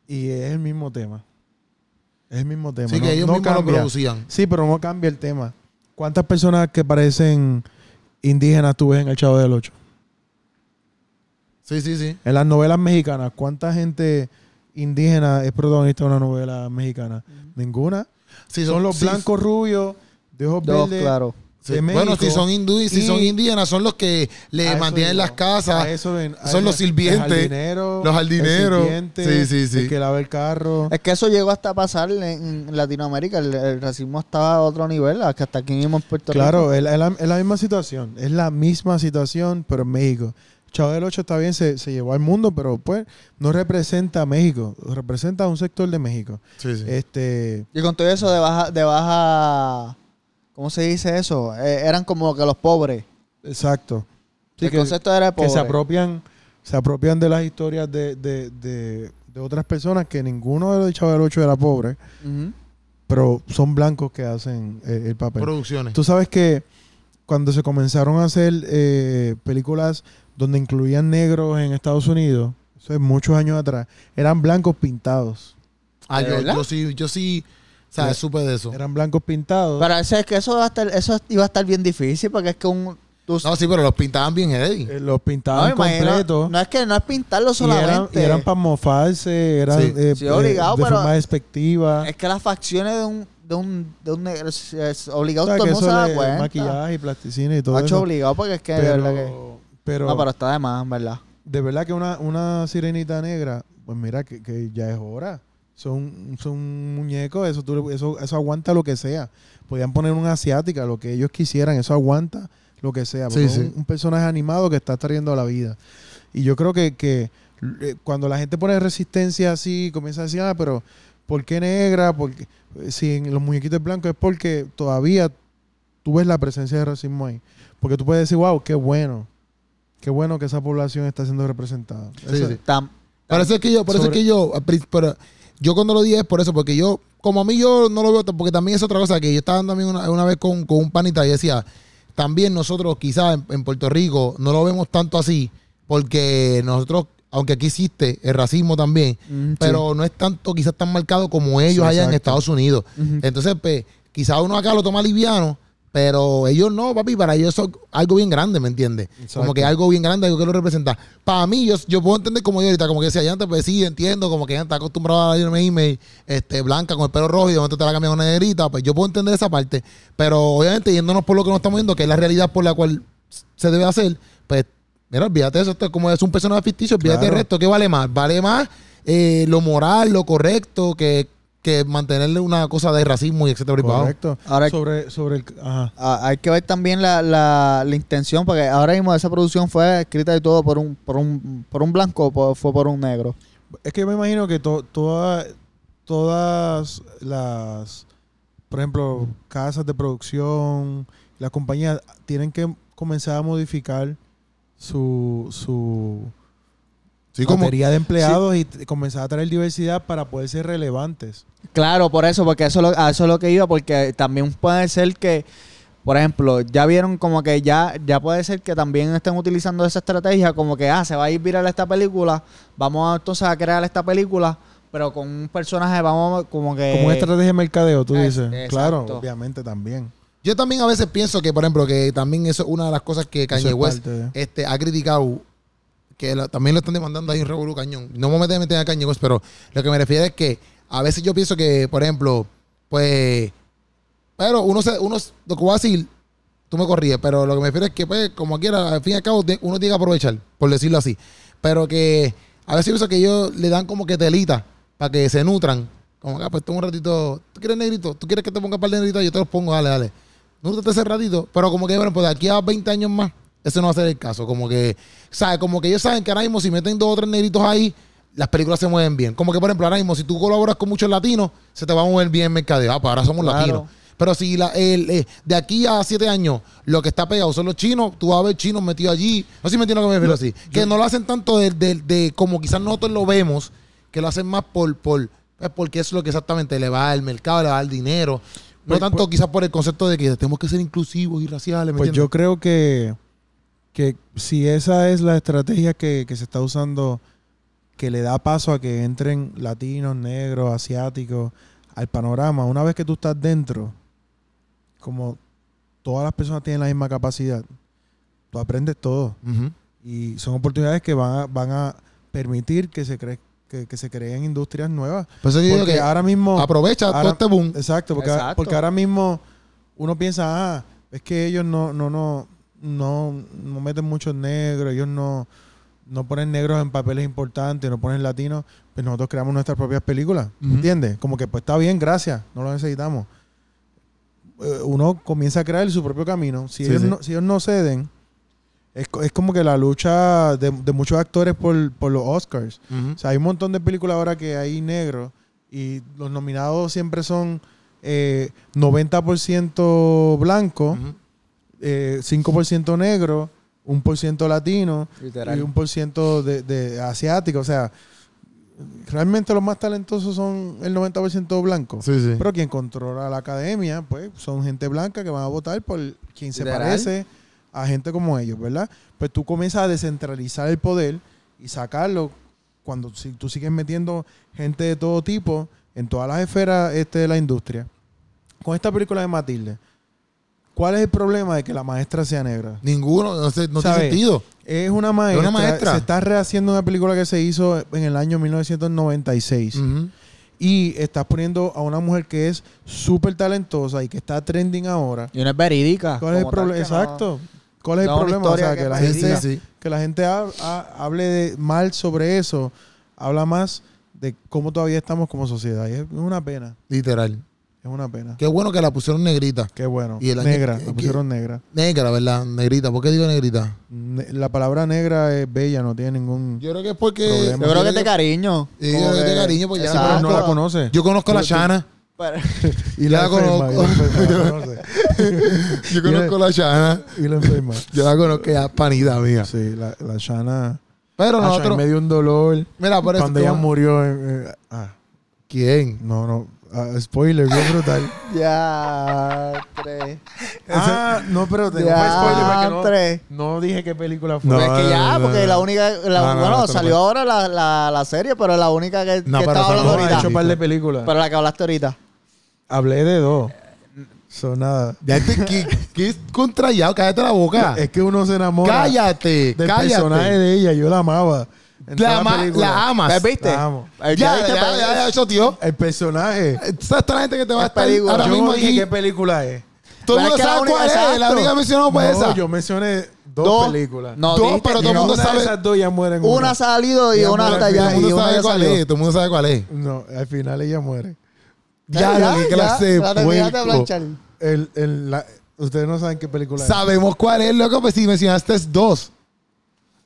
Speaker 3: y es el mismo tema. Es el mismo tema.
Speaker 2: Sí,
Speaker 3: no-
Speaker 2: que ellos
Speaker 3: no
Speaker 2: mismos lo
Speaker 3: cambia.
Speaker 2: producían.
Speaker 3: Sí, pero no cambia el tema. ¿Cuántas personas que parecen indígenas tú ves en el Chavo del 8?
Speaker 2: Sí, sí, sí.
Speaker 3: En las novelas mexicanas, ¿cuánta gente indígena es protagonista de una novela mexicana? Ninguna.
Speaker 2: Sí,
Speaker 3: Son los
Speaker 2: sí,
Speaker 3: blancos rubios, de ojos
Speaker 4: Dos,
Speaker 3: verdes,
Speaker 4: claro.
Speaker 3: de
Speaker 2: Bueno,
Speaker 3: México.
Speaker 2: si son hindúes, si
Speaker 3: Y
Speaker 2: son indígenas, son los que
Speaker 3: a
Speaker 2: le
Speaker 3: eso
Speaker 2: Eh, mantienen
Speaker 3: iba.
Speaker 2: las casas.
Speaker 3: A eso ven- a
Speaker 2: son los
Speaker 3: eso-
Speaker 2: sirvientes,
Speaker 3: Los jardineros.
Speaker 2: los jardineros.
Speaker 3: el
Speaker 2: Sí,
Speaker 3: sirviente,
Speaker 2: sí, sí.
Speaker 3: El que lava el carro.
Speaker 4: Es que eso llegó hasta a pasar en, en Latinoamérica. El, el racismo estaba a otro nivel, hasta que aquí mismo en Puerto Rico.
Speaker 3: Claro, es la, es la- es la misma situación. Es la misma situación, pero en México. Chavo del 8 está bien, se, se llevó al mundo, pero pues no representa a México. Representa a un sector de México.
Speaker 2: Sí, sí.
Speaker 3: Este.
Speaker 4: Y con todo eso de baja, de baja, ¿cómo se dice eso? Eh, eran como que los pobres.
Speaker 3: Exacto. Sí,
Speaker 4: el
Speaker 3: que-
Speaker 4: concepto era de
Speaker 3: que
Speaker 4: pobre.
Speaker 3: se apropian se apropian de las historias de, de- de- de otras personas que ninguno de los chavos del 8 era pobre,
Speaker 4: Ujú.
Speaker 3: pero son blancos que hacen eh, el papel.
Speaker 2: Producciones.
Speaker 3: Tú sabes que cuando se comenzaron a hacer eh, películas donde incluían negros en Estados Unidos, eso es muchos años atrás, eran blancos pintados.
Speaker 2: Ah,
Speaker 4: ¿De
Speaker 2: yo,
Speaker 4: verdad?
Speaker 2: yo sí, yo sí, o sea,
Speaker 3: Sí.
Speaker 2: supe de eso.
Speaker 3: Eran blancos pintados.
Speaker 4: Pero eso, es que eso, va a estar- eso iba a estar bien difícil porque es que un... tú-
Speaker 2: No, sí, pero los pintaban bien heavy.
Speaker 3: eh, los
Speaker 4: no,
Speaker 3: pintaban
Speaker 4: Ah, imagino-
Speaker 3: completos.
Speaker 4: no es que no es pintarlo
Speaker 3: y eran,
Speaker 4: solamente.
Speaker 3: para mofarse, eran
Speaker 2: Sí.
Speaker 3: eh,
Speaker 4: Sí,
Speaker 3: eh,
Speaker 4: obligado,
Speaker 3: de
Speaker 4: pero-
Speaker 3: forma despectiva.
Speaker 4: es que las facciones de un, de un, de un negro es, es obligado,
Speaker 3: O sea,
Speaker 4: todo
Speaker 3: que
Speaker 4: el mundo se
Speaker 3: eso
Speaker 4: da
Speaker 3: le-
Speaker 4: cuenta.
Speaker 3: maquillaje y plasticina y todo
Speaker 4: Macho
Speaker 3: eso.
Speaker 4: obligado porque es que de
Speaker 3: pero,
Speaker 4: verdad que...
Speaker 3: pero,
Speaker 4: No, pero está de más, en verdad.
Speaker 3: de verdad que una, una sirenita negra, pues mira que, que ya es hora. Son, son muñecos, eso, tú le- eso, eso aguanta lo que sea. Podían poner una asiática, lo que ellos quisieran, eso aguanta lo que sea. Porque
Speaker 2: Sí,
Speaker 3: es
Speaker 2: sí.
Speaker 3: un, un personaje animado que está trayendo a la vida. Y yo creo que, que, eh, cuando la gente pone resistencia así, comienza a decir, ah, pero ¿por qué negra? Porque si en los muñequitos blancos es porque todavía tú ves la presencia de racismo ahí. Porque tú puedes decir, wow, qué bueno. Qué bueno que esa población está siendo representada.
Speaker 2: Sí,
Speaker 3: Eso-
Speaker 2: sí.
Speaker 4: Tam-
Speaker 2: Por eso es que yo, por eso
Speaker 3: Sobre-
Speaker 2: es que yo, al prin- pero yo cuando lo dije es por eso, porque yo, como a mí yo no lo veo, tan- porque también es otra cosa que yo estaba andando una, una vez con, con un panita y decía, también nosotros quizás en, en Puerto Rico no lo vemos tanto así, porque nosotros, aunque aquí existe el racismo también,
Speaker 4: Mm, sí.
Speaker 2: pero no es tanto quizás tan marcado como ellos
Speaker 3: Sí,
Speaker 2: allá en
Speaker 3: exacto.
Speaker 2: Estados Unidos.
Speaker 4: Ujú.
Speaker 2: Entonces, pues, quizás uno acá lo toma liviano, pero ellos no, papi, para ellos eso es algo bien grande, ¿me entiendes?
Speaker 3: Exacto.
Speaker 2: Como que algo bien grande, algo que lo representa. Para mí, yo, yo puedo entender como yo ahorita, como que decía, ya antes, pues sí, entiendo, como que ya está acostumbrado a irme email este, blanca con el pelo rojo y de momento te la cambian a una negrita, pues yo puedo entender esa parte, pero obviamente yéndonos por lo que nos estamos viendo, que es la realidad por la cual se debe hacer, pues, mira, olvídate de eso, esto es como es un personaje ficticio, olvídate
Speaker 3: Claro.
Speaker 2: del resto, ¿qué vale más? Vale más eh, lo moral, lo correcto, que, que mantenerle una cosa de racismo y etcétera. por ahí para abajo.
Speaker 3: Correcto.
Speaker 4: Ahora-
Speaker 3: sobre, sobre el... Ajá.
Speaker 4: Ah, hay que ver también la, la, la intención, porque ahora mismo esa producción fue escrita y todo por un, por un, por un blanco, por- fue por un negro.
Speaker 3: Es que yo me imagino que to- toda- todas las, por ejemplo, casas de producción, las compañías tienen que comenzar a modificar su, su
Speaker 2: Sí, como,
Speaker 3: batería de empleados y t- comenzar a traer diversidad para poder ser relevantes.
Speaker 4: Claro, por eso, porque eso lo- a eso es lo que iba, porque también puede ser que, por ejemplo, ya vieron como que ya, ya puede ser que también estén utilizando esa estrategia, como que, ah, se va a ir viral esta película, vamos a, entonces a crear esta película, pero con un personaje, vamos como que...
Speaker 3: Como una estrategia de mercadeo, tú
Speaker 4: es-
Speaker 3: dices.
Speaker 4: Eh, exacto.
Speaker 3: Claro, obviamente también.
Speaker 2: Yo también a veces pienso que, por ejemplo, que también eso es una de las cosas que
Speaker 3: Eso
Speaker 2: Kanye
Speaker 3: es
Speaker 2: West
Speaker 3: parte de-
Speaker 2: este, ha criticado, que lo- también lo están demandando ahí un revolú cañón. No me meto meter a Kanye West, pero lo que me refiero es que a veces yo pienso que, por ejemplo, pues, pero uno se, uno, lo que voy a decir, tú me corríes, pero lo que me refiero es que, pues, como quiera, al fin y al cabo, te- uno tiene que aprovechar, por decirlo así. Pero que a veces pienso que ellos le dan como que telita para que se nutran. Como que, ah, pues, toma un ratito, ¿tú quieres negrito? ¿Tú quieres que te ponga un par de negritos? Yo te los pongo, dale, dale. Nútrate ese ratito, pero como que, bueno, pues de aquí a 20 años más, ese no va a ser el caso. Como que, ¿sabes? Como que ellos saben que ahora mismo si meten dos o tres negritos ahí, las películas se mueven bien. Como que, por ejemplo, ahora mismo si tú colaboras con muchos latinos, se te va a mover bien el mercadeo. Ah, pues ahora somos
Speaker 4: Claro.
Speaker 2: latinos. Pero si la- el, eh, de aquí a siete años lo que está pegado son los chinos, tú vas a ver chinos metidos allí. No sé si me entiendes a lo que me refiero así. Que no lo hacen tanto de, de- de como quizás nosotros lo vemos, que lo hacen más por, por pues, porque es lo que exactamente le va al mercado, le va al dinero. No
Speaker 3: Pues-
Speaker 2: tanto quizás por el concepto de que tenemos que ser inclusivos y raciales. ¿me
Speaker 3: Pues yo
Speaker 2: entiendes?
Speaker 3: creo que, que si esa es la estrategia que, que se está usando, que le da paso a que entren latinos, negros, asiáticos al panorama, una vez que tú estás dentro, como todas las personas tienen la misma capacidad, tú aprendes todo.
Speaker 2: Ujú.
Speaker 3: Y son oportunidades que van a, van a permitir que se, cre- que, que se creen industrias nuevas.
Speaker 2: Por eso yo digo
Speaker 3: Porque
Speaker 2: que
Speaker 3: ahora mismo...
Speaker 2: aprovecha
Speaker 3: ahora-
Speaker 2: todo este boom.
Speaker 3: Exacto porque,
Speaker 4: Exacto.
Speaker 3: porque ahora mismo uno piensa, ah, Es que ellos no, no, no, no, no meten muchos negros, ellos no, no ponen negros en papeles importantes, no ponen latinos, pues nosotros creamos nuestras propias películas,
Speaker 2: Ujú.
Speaker 3: ¿entiendes? Como que pues está bien, gracias, no lo necesitamos. Eh, Uno comienza a crear su propio camino. Si,
Speaker 2: Sí,
Speaker 3: ellos,
Speaker 2: sí.
Speaker 3: No, si ellos no ceden, es, co- es como que la lucha de, de muchos actores por, por los Oscars. O sea, hay un montón de películas ahora que hay negros y los nominados siempre son eh, 90% blanco,
Speaker 2: Ujú.
Speaker 3: eh, 5% negro, 1% latino
Speaker 4: Literal.
Speaker 3: y 1% de, de asiático. O sea, realmente los más talentosos son el 90% blanco.
Speaker 5: Sí, sí.
Speaker 3: Pero quien controla la academia, pues son gente blanca que van a votar por quien se
Speaker 4: Literal.
Speaker 3: parece a gente como ellos, ¿verdad? Pues tú comienzas a descentralizar el poder y sacarlo cuando si tú sigues metiendo gente de todo tipo en todas las esferas este, de la industria. Con esta película de Matilde, ¿cuál es el problema de que la maestra sea negra?
Speaker 2: Ninguno, no, sé, no tiene
Speaker 3: ¿Sabe?
Speaker 2: sentido.
Speaker 3: Es una maestra,
Speaker 2: una maestra.
Speaker 3: Se está rehaciendo una película que se hizo en el año 1996
Speaker 2: Ujú.
Speaker 3: y estás poniendo a una mujer que es súper talentosa y que está trending ahora.
Speaker 4: Y una es verídica.
Speaker 3: ¿Cuál es el
Speaker 4: Ah, como tal,
Speaker 3: problema?
Speaker 4: que no-
Speaker 3: Exacto. ¿Cuál es
Speaker 4: no
Speaker 3: el
Speaker 4: es una
Speaker 3: problema? O sea,
Speaker 4: historia
Speaker 3: que,
Speaker 4: que
Speaker 3: la
Speaker 4: te
Speaker 3: gente,
Speaker 2: Sí, sí.
Speaker 3: que la gente ha- ha- hable de- mal sobre eso, habla más de cómo todavía estamos como sociedad. Y es una pena,
Speaker 2: Literal.
Speaker 3: es una pena. Qué,
Speaker 2: Qué bueno que la pusieron negrita.
Speaker 3: bueno.
Speaker 2: Y el año-
Speaker 3: negra,
Speaker 2: eh,
Speaker 3: la pusieron negra.
Speaker 2: Negra, ¿verdad? Negrita. ¿Por qué digo negrita?
Speaker 3: Ne- la palabra negra es bella, no tiene ningún...
Speaker 2: Yo creo que es porque.
Speaker 3: Problema.
Speaker 4: Yo creo que es de cariño.
Speaker 2: Sí, yo
Speaker 4: como
Speaker 2: creo que es de cariño, porque ya-
Speaker 3: Pero
Speaker 4: Exacto.
Speaker 3: no la conoce.
Speaker 2: Yo conozco a la Shana.
Speaker 4: Pero-
Speaker 3: y
Speaker 2: la
Speaker 3: enferma,
Speaker 2: conozco.
Speaker 3: y la enferma, la conoce.
Speaker 2: Yo conozco a la Shana.
Speaker 3: Y la enferma.
Speaker 2: Yo la conozco, ya es panita mía.
Speaker 3: Sí, la, la Shana...
Speaker 2: Pero
Speaker 3: Acho, a mí
Speaker 2: nosotros.
Speaker 3: me dio un dolor.
Speaker 2: Mira, por eso.
Speaker 3: cuando
Speaker 2: tú-
Speaker 3: ella murió. eh, eh, ah,
Speaker 2: ¿Quién?
Speaker 3: no, no. ah, spoiler, bien brutal.
Speaker 4: Ya, tres.
Speaker 5: Ah, no, pero te
Speaker 4: Ya,
Speaker 5: fue spoiler porque
Speaker 4: tres.
Speaker 5: no, no dije qué película fue.
Speaker 2: No,
Speaker 4: Pues es que ya,
Speaker 2: no, no,
Speaker 4: porque
Speaker 2: no.
Speaker 4: la única. la-
Speaker 2: No, no,
Speaker 4: bueno,
Speaker 2: no, esto no
Speaker 4: salió ahora la, la, la serie, pero la única que,
Speaker 2: No,
Speaker 4: que
Speaker 2: pero eso
Speaker 4: estaba
Speaker 5: No,
Speaker 4: hablando
Speaker 2: no,
Speaker 5: he
Speaker 4: ahorita.
Speaker 5: hecho un par de películas.
Speaker 4: Pero la que hablaste ahorita.
Speaker 3: Hablé de dos. So, nada.
Speaker 2: Ya este que, que es contrallado, cállate la boca.
Speaker 3: Es que uno se enamora
Speaker 2: Cállate,
Speaker 3: del
Speaker 2: cállate.
Speaker 3: personaje de ella. Yo la amaba.
Speaker 2: la,
Speaker 3: en toda
Speaker 2: ama-
Speaker 3: película.
Speaker 2: la amas.
Speaker 4: ¿Viste?
Speaker 3: La amo.
Speaker 4: Eh,
Speaker 2: Ya, ya,
Speaker 4: viste,
Speaker 2: ya,
Speaker 4: pero-
Speaker 2: ya, eso, tío.
Speaker 3: El personaje.
Speaker 2: Esa es la gente que te va a
Speaker 4: Es
Speaker 2: estar
Speaker 4: película.
Speaker 2: ahora
Speaker 3: yo
Speaker 2: mismo
Speaker 3: no dije
Speaker 2: aquí.
Speaker 3: qué película es.
Speaker 2: Todo el
Speaker 4: Pero
Speaker 2: mundo
Speaker 4: es que la
Speaker 2: sabe
Speaker 4: única-
Speaker 2: cuál es. La
Speaker 4: exacto.
Speaker 2: única que mencionó fue
Speaker 3: no,
Speaker 2: pues esa.
Speaker 3: yo mencioné dos,
Speaker 4: Dos.
Speaker 3: películas.
Speaker 4: No,
Speaker 2: Dos,
Speaker 4: dijiste-
Speaker 2: pero todo el
Speaker 3: Y
Speaker 2: mundo
Speaker 3: una
Speaker 2: sabe-
Speaker 3: De esas dos ya mueren.
Speaker 4: Una ha salido y
Speaker 3: Ya,
Speaker 4: una
Speaker 3: pero
Speaker 4: hasta
Speaker 3: al
Speaker 2: todo
Speaker 4: allá.
Speaker 2: el
Speaker 4: Y
Speaker 2: mundo
Speaker 4: una
Speaker 2: sabe
Speaker 4: ya
Speaker 2: cuál
Speaker 4: salió.
Speaker 2: es. Todo el mundo sabe cuál es.
Speaker 3: No, al final ella muere.
Speaker 2: Ya,
Speaker 4: ya,
Speaker 2: lo que
Speaker 4: ya,
Speaker 2: clase
Speaker 4: la terminaste de
Speaker 2: puerco.
Speaker 4: planchar.
Speaker 3: El, el, la- ustedes no saben qué película es.
Speaker 2: Sabemos cuál es, loco, pues si mencionaste es dos.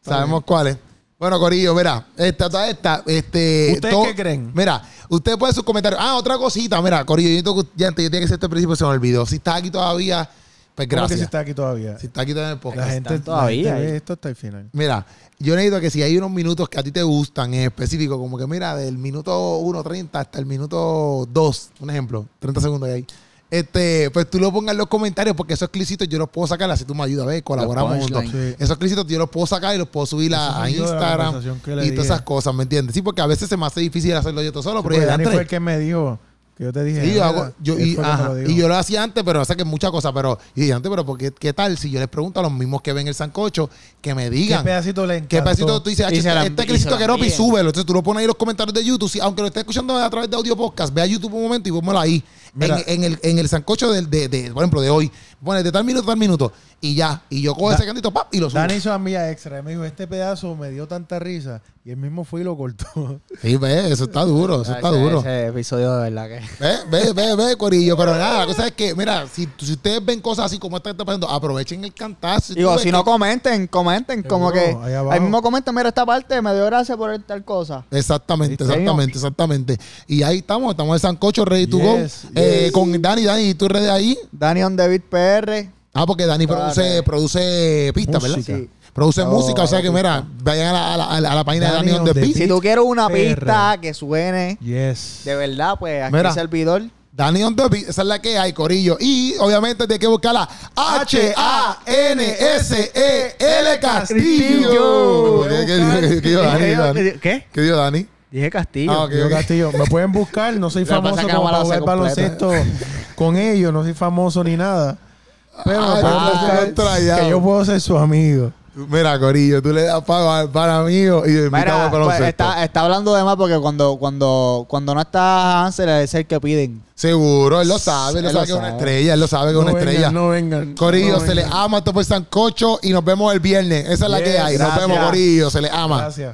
Speaker 2: Sabemos cuál es. Bueno, Corillo, mira, esta, toda esta, este.
Speaker 3: ¿Ustedes
Speaker 2: to-
Speaker 3: qué creen?
Speaker 2: Mira, usted puede sus comentarios. Ah, otra cosita, mira, Corillo, yo, tengo que- ya, antes, yo tenía que hacer este principio, se me olvidó. Si estás aquí todavía, pues
Speaker 3: Creo que
Speaker 2: gracias.
Speaker 3: sí está aquí todavía.
Speaker 2: Si estás aquí todavía pues, en el
Speaker 3: La
Speaker 2: podcast.
Speaker 3: gente, la
Speaker 4: todavía
Speaker 3: gente
Speaker 4: ahí.
Speaker 3: ve esto hasta el final.
Speaker 2: Mira, yo necesito que si hay unos minutos que a ti te gustan en específico, como que mira, del minuto 1.30 hasta el minuto 2, un ejemplo, 30 segundos de ahí. Este, pues tú lo pongas en los comentarios porque esos clipsitos yo los puedo sacar, así tú me ayudas, ver, colaboramos juntos.
Speaker 3: punchlines. Sí.
Speaker 2: Esos clipsitos yo los puedo sacar y los puedo subir
Speaker 3: Eso
Speaker 2: a, a
Speaker 3: soy yo de la
Speaker 2: Instagram
Speaker 3: conversación que le
Speaker 2: y
Speaker 3: dije.
Speaker 2: todas esas cosas, ¿me entiendes? Sí, porque a veces se me hace difícil hacerlo yo todo solo,
Speaker 3: Porque
Speaker 2: pero ya
Speaker 3: Dani
Speaker 2: Andrés,
Speaker 3: fue el que me dijo que yo te dije.
Speaker 2: Sí, yo
Speaker 3: "Ah,
Speaker 2: hago- yo-
Speaker 3: él
Speaker 2: y,
Speaker 3: fue el que me
Speaker 2: ajá,
Speaker 3: lo dijo".
Speaker 2: y yo lo hacía antes, pero sé que muchas cosas, pero y dije antes, pero porque, ¿qué tal si yo les pregunto a los mismos que ven el sancocho que me digan?
Speaker 3: ¿Qué pedacito le
Speaker 2: ¿Qué
Speaker 3: encantó?
Speaker 2: pasito tú dices? "Ah,
Speaker 6: Y se la-
Speaker 2: este
Speaker 6: y
Speaker 2: Crisito
Speaker 6: se la
Speaker 2: Queropi,
Speaker 6: envíen.
Speaker 2: súbelo. Entonces tú lo pones ahí en los comentarios de YouTube. Si- aunque lo estés escuchando a través de audio podcast, ve a YouTube un momento y pónmelo ahí.
Speaker 3: Mira.
Speaker 2: En, en el, en el sancocho del, de, de, por ejemplo, de hoy. Pones de tal minuto a tal minuto. Y ya. Y yo cojo
Speaker 3: Da-
Speaker 2: ese cantito pap, y lo subo.
Speaker 3: Dani hizo a mí a extra. Él me dijo, este pedazo me dio tanta risa. Y él mismo fue y lo cortó.
Speaker 2: Sí, ve, eso está duro.
Speaker 4: Ah,
Speaker 2: Eso está
Speaker 6: Ese-
Speaker 2: duro.
Speaker 6: Ese episodio de verdad que.
Speaker 2: Ve, ve, ve, ve, Corillo. Pero nada, la cosa es que, mira, si, si ustedes ven cosas así como esta que está pasando, aprovechen el cantazo.
Speaker 4: Digo, si no comenten, comenten. Como
Speaker 3: Seguro,
Speaker 4: que.
Speaker 3: ahí abajo.
Speaker 4: Ahí mismo comenten, mira esta parte, me dio gracias por tal cosa.
Speaker 2: Exactamente,
Speaker 3: ¿Viste,
Speaker 2: exactamente, exactamente. Y ahí estamos, estamos en Sancocho, ready to
Speaker 3: Yes,
Speaker 2: go. Eh,
Speaker 3: yes.
Speaker 2: con Dani, Dani, tú redes ahí.
Speaker 4: Dani on David PR.
Speaker 2: Ah, porque Dani produce,
Speaker 4: Dale.
Speaker 2: produce pistas, ¿verdad?
Speaker 3: Música.
Speaker 2: Sí. Produce
Speaker 4: Oh,
Speaker 2: música, o sea que
Speaker 4: pista.
Speaker 2: mira, vayan a la, a la- a la- a la página
Speaker 3: Dani
Speaker 2: de Dani on the
Speaker 3: on the
Speaker 2: Beat.
Speaker 4: Si
Speaker 3: Beat.
Speaker 4: tú quieres una
Speaker 3: PR.
Speaker 4: pista que suene
Speaker 3: Yes.
Speaker 4: de verdad, pues aquí
Speaker 2: Mira.
Speaker 4: el servidor.
Speaker 2: Dani on the Beat, esa es la que hay, Corillo. Y obviamente tienes que buscarla H-A-N-S-E-L E Castillo.
Speaker 6: Castillo.
Speaker 2: ¿Qué- qué- qué- qué dijo Dani? Dani?
Speaker 6: ¿Qué?
Speaker 2: ¿Qué dijo Dani?
Speaker 6: Dije Castillo.
Speaker 2: Ah, ok,
Speaker 3: Yo,
Speaker 2: ok.
Speaker 3: Castillo, me pueden buscar. No soy
Speaker 6: Lo que pasa
Speaker 3: famoso
Speaker 6: es que
Speaker 3: como para
Speaker 6: Aguala
Speaker 3: jugar
Speaker 6: se completa.
Speaker 3: baloncesto con ellos. No soy famoso ni nada. Pero me
Speaker 2: Ay,
Speaker 3: pueden
Speaker 2: ah,
Speaker 3: buscar
Speaker 2: estoy trayado.
Speaker 3: que yo puedo ser su amigo.
Speaker 2: Mira, Corillo, tú le das pago al para mío y me
Speaker 4: Mira,
Speaker 2: invitamos con
Speaker 4: pues, está, está hablando de más porque cuando, cuando, cuando no está Hansel es el que piden.
Speaker 2: Seguro, él lo sabe, él lo
Speaker 4: Él
Speaker 2: sabe
Speaker 4: lo
Speaker 2: que es una
Speaker 4: sabe.
Speaker 2: estrella, él lo sabe que es una
Speaker 5: vengan,
Speaker 2: estrella.
Speaker 5: no vengan.
Speaker 2: Corillo,
Speaker 5: No
Speaker 2: se le
Speaker 5: vengan.
Speaker 2: ama todo por Sancocho y nos vemos el viernes. Esa es la que
Speaker 5: Yes,
Speaker 2: hay. Nos
Speaker 5: gracias.
Speaker 2: vemos, Corillo, se le ama.
Speaker 5: Gracias.